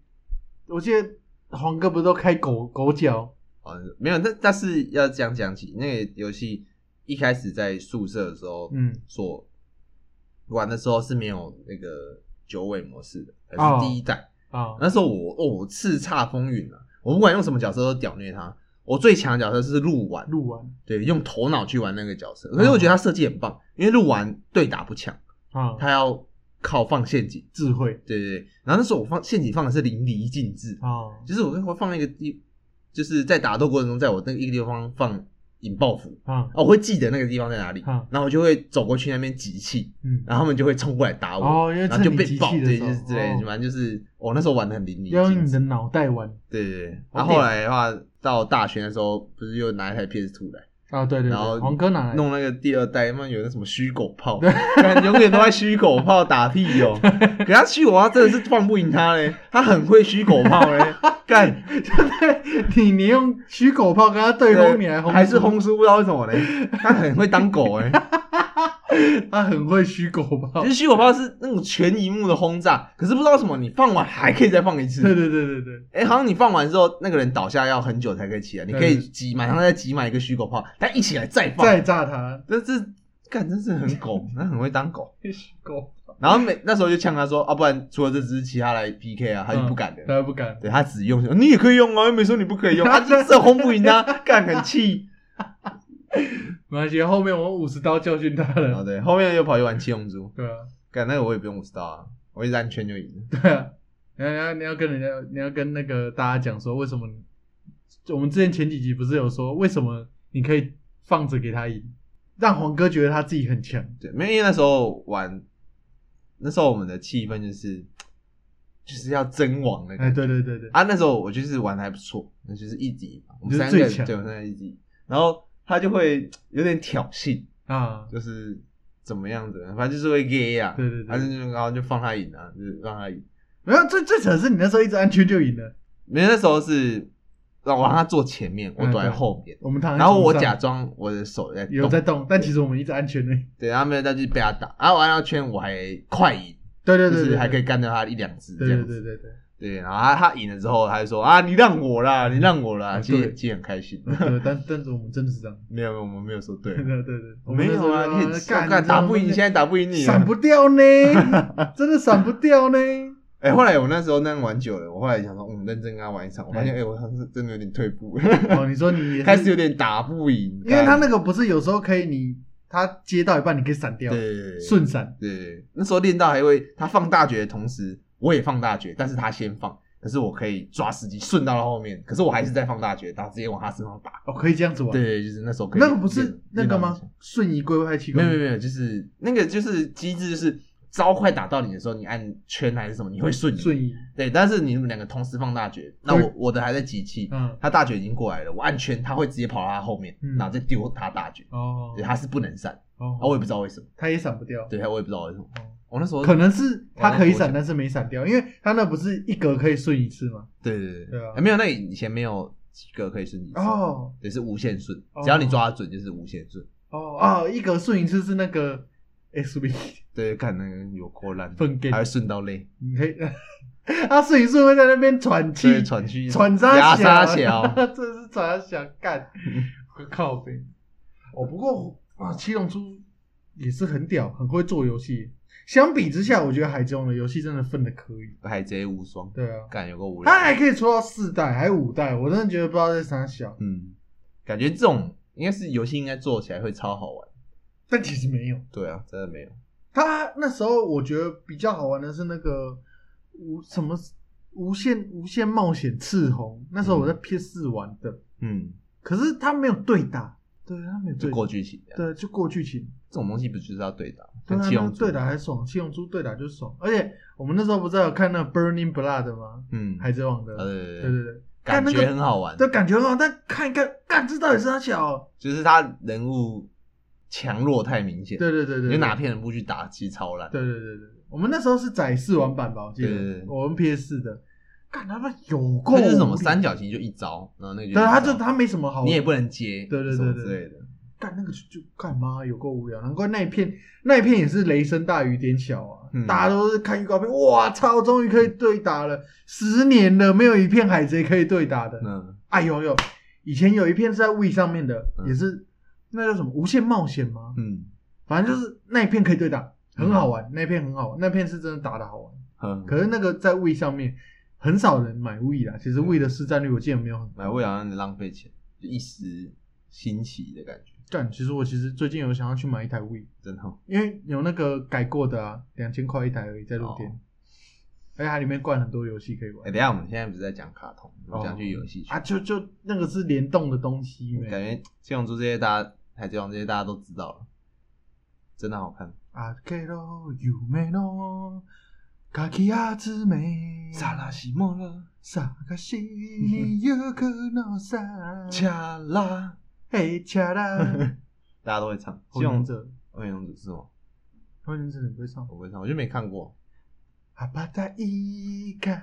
我记得黄哥不是都开狗狗脚？哦，没有，那但是要这样讲起，那个游戏一开始在宿舍的时候，嗯，所玩的时候是没有那个九尾模式的，哦还是第一代。啊，那时候我哦，我叱咤风云啊！我不管用什么角色都屌虐他。我最强的角色是鹿丸，录完对，用头脑去玩那个角色。可是我觉得他设计很棒，因为鹿丸对打不强，啊，他要靠放陷阱。智慧对对对。然后那时候我放陷阱放的是淋漓尽致，啊，就是我会放一个地，就是在打斗过程中，在我那个一个地方放引爆符，啊，哦，我会记得那个地方在哪里，啊然后我就会走过去那边集气，嗯，然后他们就会冲过来啊打我，哦因为然后就趁你被集爆，气的对，时就候是之类哦的，反正就是我那时候玩的很淋漓要尽用你致的，脑袋玩对对对。好然后后屌来的话，到大学的时候，不是又拿一台 PS Two 来啊，对对对，然后黄哥拿来的， (laughs) 弄那个第二代，他妈有那什么虚狗炮，干永远都在虚狗炮打屁哦。可他虚狗炮真的是放不赢他嘞，他很会虚狗炮 (laughs) 嘞，干你你用取狗炮跟他对轰，你啊还轰，还是，轰出不知道为什么嘞，他很会当狗 (laughs) 哎。他很会取狗炮 (laughs) 其，实虚火炮是那种全荧幕的轰炸，可是不知道为什么你放完还可以再放一对次。对对对对，哎、好像你放完之后，那个人倒下要很久才可以起来，你可以对挤马上再挤满一个虚狗炮，但一起来再 (laughs) 放，再炸他，这这干真是很狗，那很会当狗。取狗，然后每那时候就呛他说啊，不然除了这只，其他来 PK 啊，他就不敢的。他不敢，对他只用，你也可以用啊，又没说你不可以用，他就是轰不赢他，干很气。没关系，后面我五十刀教训他然后了，对，后面又跑去玩七龙珠，对啊，干那个我也不用五十刀啊，我一绕圈就赢了。对啊，你要你要你要跟人家，你要跟那个大家讲说，为什么你我们之前前几集不是有说，为什么你可以放着给他赢，让黄哥觉得他自己很强，对，没有，因为那时候玩，那时候我们的气氛就是就是要争王那个、哎，对对对对，啊。那时候我就是玩的还不错，那就是一级嘛，我们你是三个人最强对，我们三个人一级，然后他就会有点挑衅，啊，就是怎么样子，反正就是会 gay 啊，对对对反正就然后就放他赢啊，就是让他赢。没有，最最扯的是你那时候一直按圈就赢了，没有，那时候是让我让他坐前面，我嗯躲在对后面，我们躺在然后我床上假装我的手在有动，在动，但其实我们一直安全的。对，然后没有再去被他打，然啊后玩到圈我还快赢，对对就对是对，还可以以。干掉他一两只这对样对子。对对对对，然后他他赢了之后，他就说啊，你让我啦，你让我啦，嗯其实对其实很开 (laughs) 心。对，对但但是我们真的是这样。 (laughs) 没有，我们没有说对对，对对， (laughs) 我们没有啊，你那很时候干干打不赢，现在打不赢你啊。闪不掉呢， (laughs) 真的闪不 (laughs) 掉呢。哎，后来我那时候那样玩久了，我后来想说，嗯，认真跟他玩一场，我发现嗯哎，我好像是真的有点退步， (laughs) 哦，你说你也是开始，有点打不赢，因为他干那个不是有时候可以你他接到一半你可以闪掉，对顺闪。对，那时候练到还会他放大绝的同时，我也放大绝，但是他先放。可是我可以抓时机顺到了后面，可是我还是在放大绝，然后直接往他身上打。哦，可以这样子玩。，对，就是那时候可以那个不练是那练个？到吗这样？瞬移龟派气没功有没有没有，就是那个就是机制，就是招快打到你的时候，你按圈还是什么，你会瞬移。瞬移，对，但是你们两个同时放大绝，那对我我的还在集气，嗯，他大绝已经过来了，我按圈，他会直接跑到他后面，嗯然后再丢他大绝。哦对，，他是不能闪，哦啊，我也不知道为什么，他也闪不掉。对，我也不知道为什么哦。我那时候可能是他可我要多以久闪，但是没闪掉，因为他那不是一格可以顺一次吗？对对对对啊哎没有，那以前没有几个可以顺几次，哦对，是无限顺，哦只要你抓得准就是无限顺。哦哦，一格顺一次是那个 S V 对，看那个有够烂， (laughs) 分给啊还会顺到累，你 (laughs) 可以，他顺一次会在那边喘所以气，喘气喘啊牙沙沙小 (laughs) 小，，这是喘沙小干， (laughs) 靠背。哦，不过啊，七龙珠也是很屌，很会做游戏。相比之下，我觉得海贼王的游戏真的分的可以。海贼无双。对啊，干有个无聊。他还可以出到四代，还有五代，我真的觉得不知道在啥小，嗯，感觉这种应该是游戏应该做起来会超好玩。但其实没有。对啊，真的没有。他那时候我觉得比较好玩的是那个无什么无限无限冒险赤红，那时候我在 PS 四玩的，嗯，可是他没有对打，对他没有就对打过剧情这样对就过剧情，这种东西不就是要对打？对跟他七龙珠对啊打还爽，七龙珠对打就爽，而且我们那时候不是还有看那个 Burning Blood 吗？嗯，海贼王的，啊对对呃对对对，感干那觉个很好玩。这感觉很好，但看一看，干这到底是他小？就是他人物强弱太明显，对对对对，有对哪片人不去打，其实超烂。对对对对，我们那时候是载试玩版吧，我记得对对对我们 PS 四的，干他妈有够它就是什无么聊三角形就一招，然后那个对，他一招就他没什么好，你也不能接，对对对什么对之类的。干那个就就干嘛有够无聊，难怪那一片那一片也是雷声大雨点小啊，嗯大家都是看预告片，哇操，终于可以对打了，十年了没有一片海贼可以对打的，啊嗯哎呦呦，以前有一片是在 We 上面的，嗯也是那叫什么无限冒险吗？嗯，反正就是那一片可以对打，很好玩，那一片很好玩，那片是真的打的好玩。嗯可是那个在 We 上面很少人买 We 啦，其实嗯 We 的市占率我记得没有很买未好像浪费钱，就一时兴起的感觉，干。其实我其实最近有想要去买一台 We，真好。因为有那个改过的啊，两千块一台而已，在路边，哦而且它里面灌很多游戏可以哎、玩、等一下我们现在不是在讲卡通，我们讲哦去游戏区嗯啊，就就那个是联动的东西哎没感觉七龙珠这些大家，海贼王这些大家都知道了，真的好看。あけど夢のかき集め萨拉西莫勒，探しに行くのさ (laughs) 恰拉，嘿 (laughs) 恰啦大家都会唱。火七影龙忍珠，者火影忍者是吗？火影忍者你不会唱我不会唱，我就没看过。羽ばたいか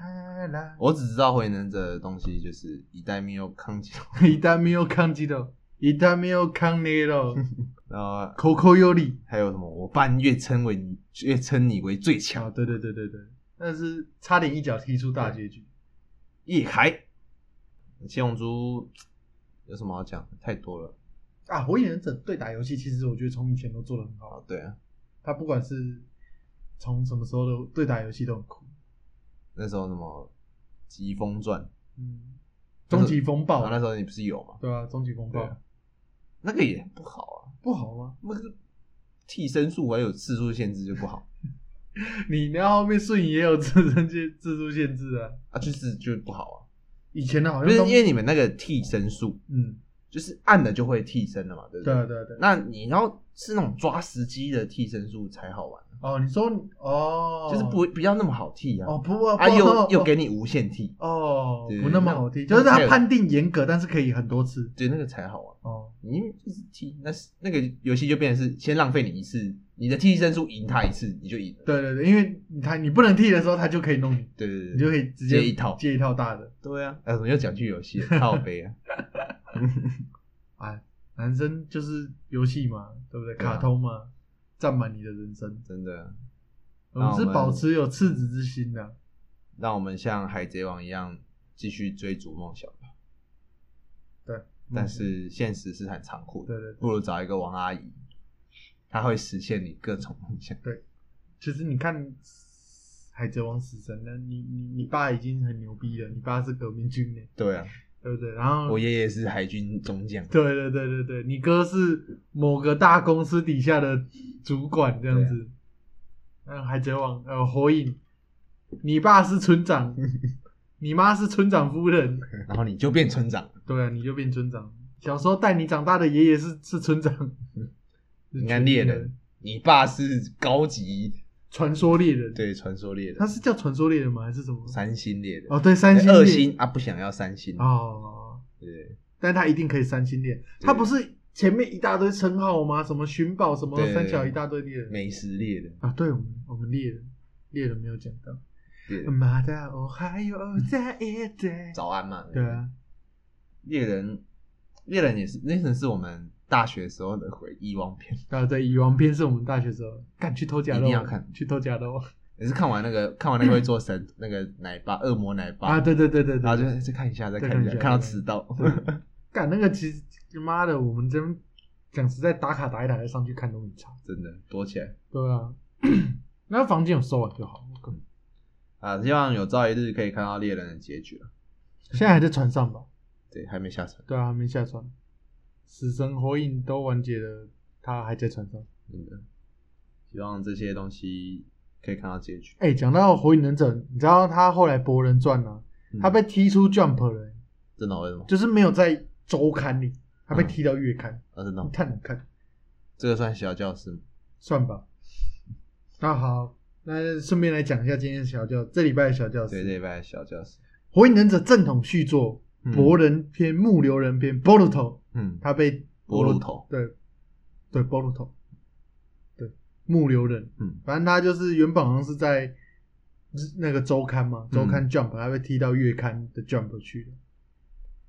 ら我只知道火影忍者的东西就是一代没有康吉，痛みを感じろ痛みを感じろ (laughs) 然后口口有理还有什么？我半月称为你，月称你为最强啊，。对对对对对，但是差点一脚踢出大结局。叶凯，七龙珠有什么好讲的？太多了啊，火影忍者对打游戏，其实我觉得从以前都做的很啊好。！对啊，他不管是从什么时候的对打游戏都很酷。那时候什么《疾风传》嗯，终极风暴然后，那时候你不是有吗？对啊，终极风暴、对啊那个也不好啊，不好吗？那个替身术还有次数限制就不好你那后面顺影也有自身限自助限制啊。啊，就是就不好以前的好啊，像不是都因为你们那个替身术嗯，就是按了就会替身了嘛，对不对啊对啊对啊。那你要是那种抓时机的替身术才好玩，哦，你说你哦，就是不比较那么好替啊，哦不啊啊不又又给你你无限替，哦对不那么好听，那就是那他个判定严格，但是可以很多次对，那个才好玩。哦。你一直踢，那是那个游戏就变成是先浪费你一次，你的替身术赢他一次，你就赢了。对对对，因为你他你不能踢的时候，他就可以弄你，对对你就对，可以直接接一套接一套大的。对啊，哎、我们又讲去游 (laughs) 戏了，靠背啊，啊，男生就是游戏嘛，对不对？对啊卡通嘛，占满你的人生。真的，我们那我是们保持有赤子之心的、让我们像海贼王一样继续追逐梦想吧。嗯但是现实是很残酷的，对对对，不如找一个王阿姨，她会实现你各种梦想。其实你看《海贼王》死神呢，你你你爸已经很牛逼了，你爸是革命军呢，对啊，对不对？然后我爷爷是海军中将，对对对对对，你哥是某个大公司底下的主管这样啊子。嗯，海贼王呃火影，你爸是 (laughs) 村长，你妈是村长夫人。然后你就变村长，对啊，你就变村长。小时候带你长大的爷爷是是 (laughs) 村长，你看猎人，你爸是高级，传说猎人，，对，传说猎他人，是叫传说猎人吗？还是什么？三星猎人，哦，对，三星二猎星啊，不想要三星，哦，对但他一定可以三星猎，他不是前面一大堆称号吗？什么寻宝，什么对对三小对一大堆猎人美食猎人，啊？对，我们我们猎人猎人没有讲到，猎人马达哦还有在一代，早安嘛，对，啊，猎人，猎人也是，那人是我们大学时候的回忆忘片，啊对，蚁王篇是我们大学时候干去偷假一肉，定要看去偷假肉也是看完那个看完那个会做神那个奶爸恶魔奶爸啊，，对对对对对，然后就再看一下再再看一看一下，下看到迟到，干那个其实妈的，我们真讲实在打卡打一打再上去看都很差。 (laughs) 真的躲起来对啊，那房间有收完就好。啊！希望有朝一日可以看到猎人的结局了，现在还在船上吧？对，还没下船，对啊，还没下船。死神、火影都完结了，他还在船上。真的，希望这些东西可以看到结局。哎、讲到火影忍者，你知道他后来博人传呢、嗯他被踢出 Jump 了、欸真的为什么？就是没有在周刊里，他被踢到月刊，啊，真的哦，看难看，这个算小教室吗？算吧。那好，那顺便来讲一下今天的小教，这礼拜的小教室。对，这一拜的小教室。 《火影忍者》正统续作嗯《博人篇》《木流人篇》《Boruto》，嗯，他被博鲁头，对对 Boruto 对木流人，嗯反正他就是原本好像是在日那个周刊嗯嘛，周刊 Jump，、他被踢到月刊的 Jump 去了，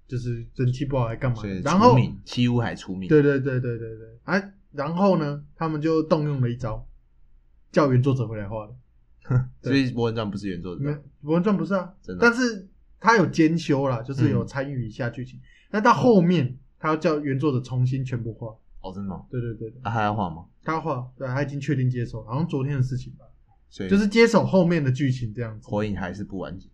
就是人气不好还干嘛所以？然出后名，七武海出名，对对对对对对，啊，然后呢，他们就动用了一招，叫原作者回来画的。所以《博人传》不是原作者没，《博人传》不是啊真，的但是他有兼嗯修啦，就是有参与一下剧情。那、到后面，他要叫原作者重新全部画，哦，真的吗？对对对，对啊，还要画吗？他画，对，他已经确定接手，好像昨天的事情吧，所以就是接手后面的剧情这样子。火影还是不完结。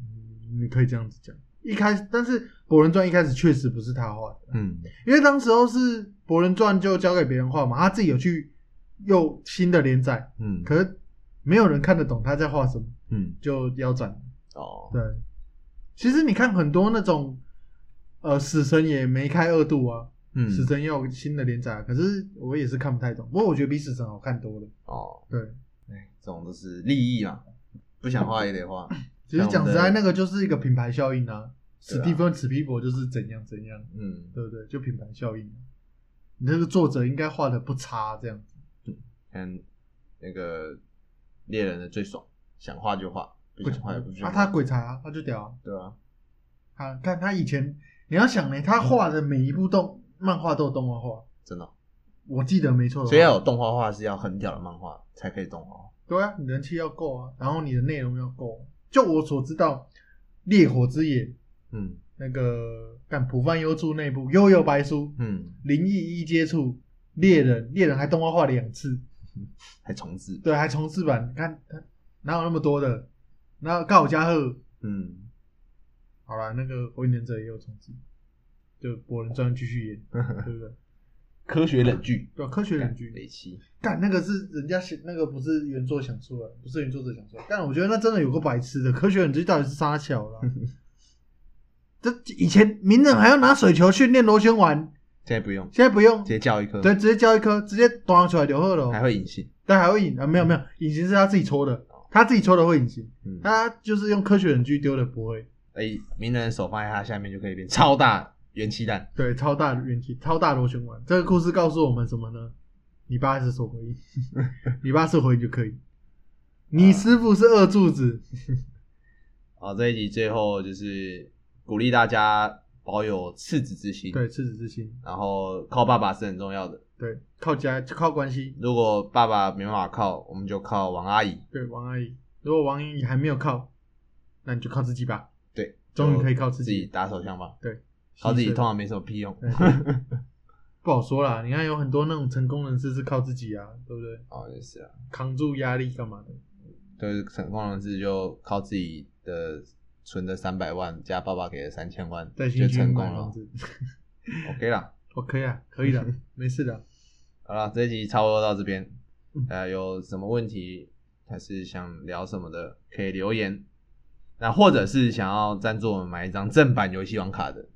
嗯，你可以这样子讲。一开始，但是《博人传》一开始确实不是他画的，嗯，因为当时候是《博人传》就交给别人画嘛，他自己有去又新的连载，嗯可是没有人看得懂他在画什么，嗯就腰斩。哦，对，其实你看很多那种，呃，死神也没开二度啊，嗯死神也有新的连载啊，可是我也是看不太懂，不过我觉得比死神好看多了。哦，对，这种都是利益嘛，不想画也得画。其实像讲我实们的在，那个就是一个品牌效应啊，对史啊蒂芬史皮博就是怎样怎样，嗯，对不对？就品牌效应啊、你这个作者应该画的不差，这样子。看那个猎人的最爽，想画就画，不想画也不去啊，画。他鬼才啊，他就屌啊！对啊，他看他以前，你要想呢，他画的每一部动漫画都有动画化，真的哦。我记得没错的话。所以要有动画化是要很屌的漫画才可以动画化。对啊，你人气要够啊，然后你的内容要够啊、就我所知道，《烈火之眼》嗯那个干浦饭优助那部《悠悠白书》嗯，灵异一接触猎人，猎人还动画化两次，还重置。对，还重制版。你看他哪有那么多的？然后告我加贺，嗯，好啦，那个火影忍者也有重置，就博人传继续演，对不对？科学冷剧，对啊、科学忍剧雷奇。干那个是人家写，那个不是原作想出来，不是原作者想出来。但我觉得那真的有个白痴的，科学人这到底是啥小啦？ (laughs) 这以前名人还要拿水球训练螺旋丸，现在不用，现在不用直，接叫一颗，对，，直接浇一颗，直接端出来就好了还哦。会嗯隐形。但还会隐啊？没有没有，隐形是他自己戳的，他自己戳的会隐形，嗯，他就是用科学人狙丢的不会。哎，鸣人的手放在它下面就可以变超大元气弹。对，超大元气，超大螺旋丸。这个故事告诉我们什么呢？你爸是手回 (laughs) 应，你爸是回应就可以。你师傅是二柱子，好，这一集最后就是鼓励大家保有赤子之心，对，赤子之心，然后靠爸爸是很重要的。对，靠家靠关系，如果爸爸没办法靠，我们就靠王阿姨。对，王阿姨。如果王阿姨还没有靠，那你就靠自己吧。对，终于可以靠自自己己，打手枪吧。对，靠自己牺牲通常没什么屁用。对不好说啦。你看有很多那种成功人士是靠自己啊，对不对？ (laughs) 哦，也是啊，扛住压力干嘛的？就是成功人士就靠自己的存的三百万加爸爸给的三千万，带就薪去成功买了房。子 OK 啦， ，OK 啊，可 (laughs) 以的，没事的。好啦，这一集差不多到这边嗯。呃，有什么问题还是想聊什么的，可以留言。那或者是想要赞助我们买一张正版游戏王卡的，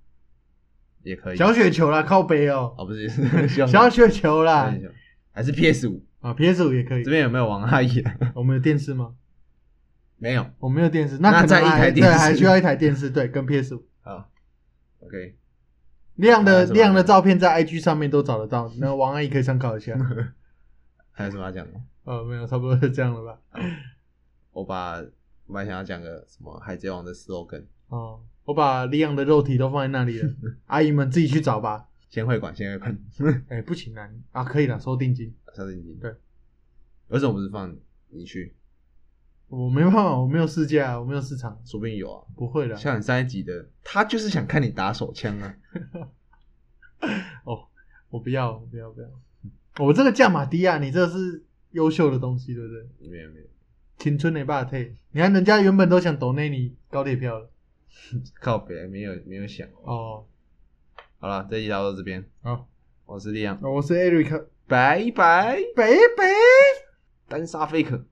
也可以。小雪球啦，靠背哦，哦，不是 (laughs) 希望小雪球啦小，雪球还是 PS 五？啊，PS 五也可以这。边有没有王阿姨？ (laughs) 我们有电视吗？没有。我没有电视，那可再能一台还电视对，还需要一台电视，对，跟 PS 五。好，OK，亮还的有什么亮的照片在 IG 上面都找 (laughs) 得到，那王阿姨可以参考一下。还有什么要讲的？呃，没有，差不多是这样了吧？我把我本来想要讲个什么《海贼王》的 slogan，哦，我把亮的肉体都放在那 (laughs) 里了，阿姨们自己去找吧。先会馆，先会馆，哎，不行啊，你啊，可以了，收定金。小正经。对，为什么不是放你去？我没办法，我没有试驾，我没有市场，说不定有啊。不会的。像你上一集的，他就是想看你打手枪啊。哦，我不要，我不要，不要。我这个价码低啊，你这是优秀的东西，对不对？没有没有，青春没办法退，你看人家原本都想抖内你高铁票了。靠北没有没有想。哦，好了，这一集聊到这边，好，我是力量，我是 Eric，拜拜，拜拜。单杀 fake。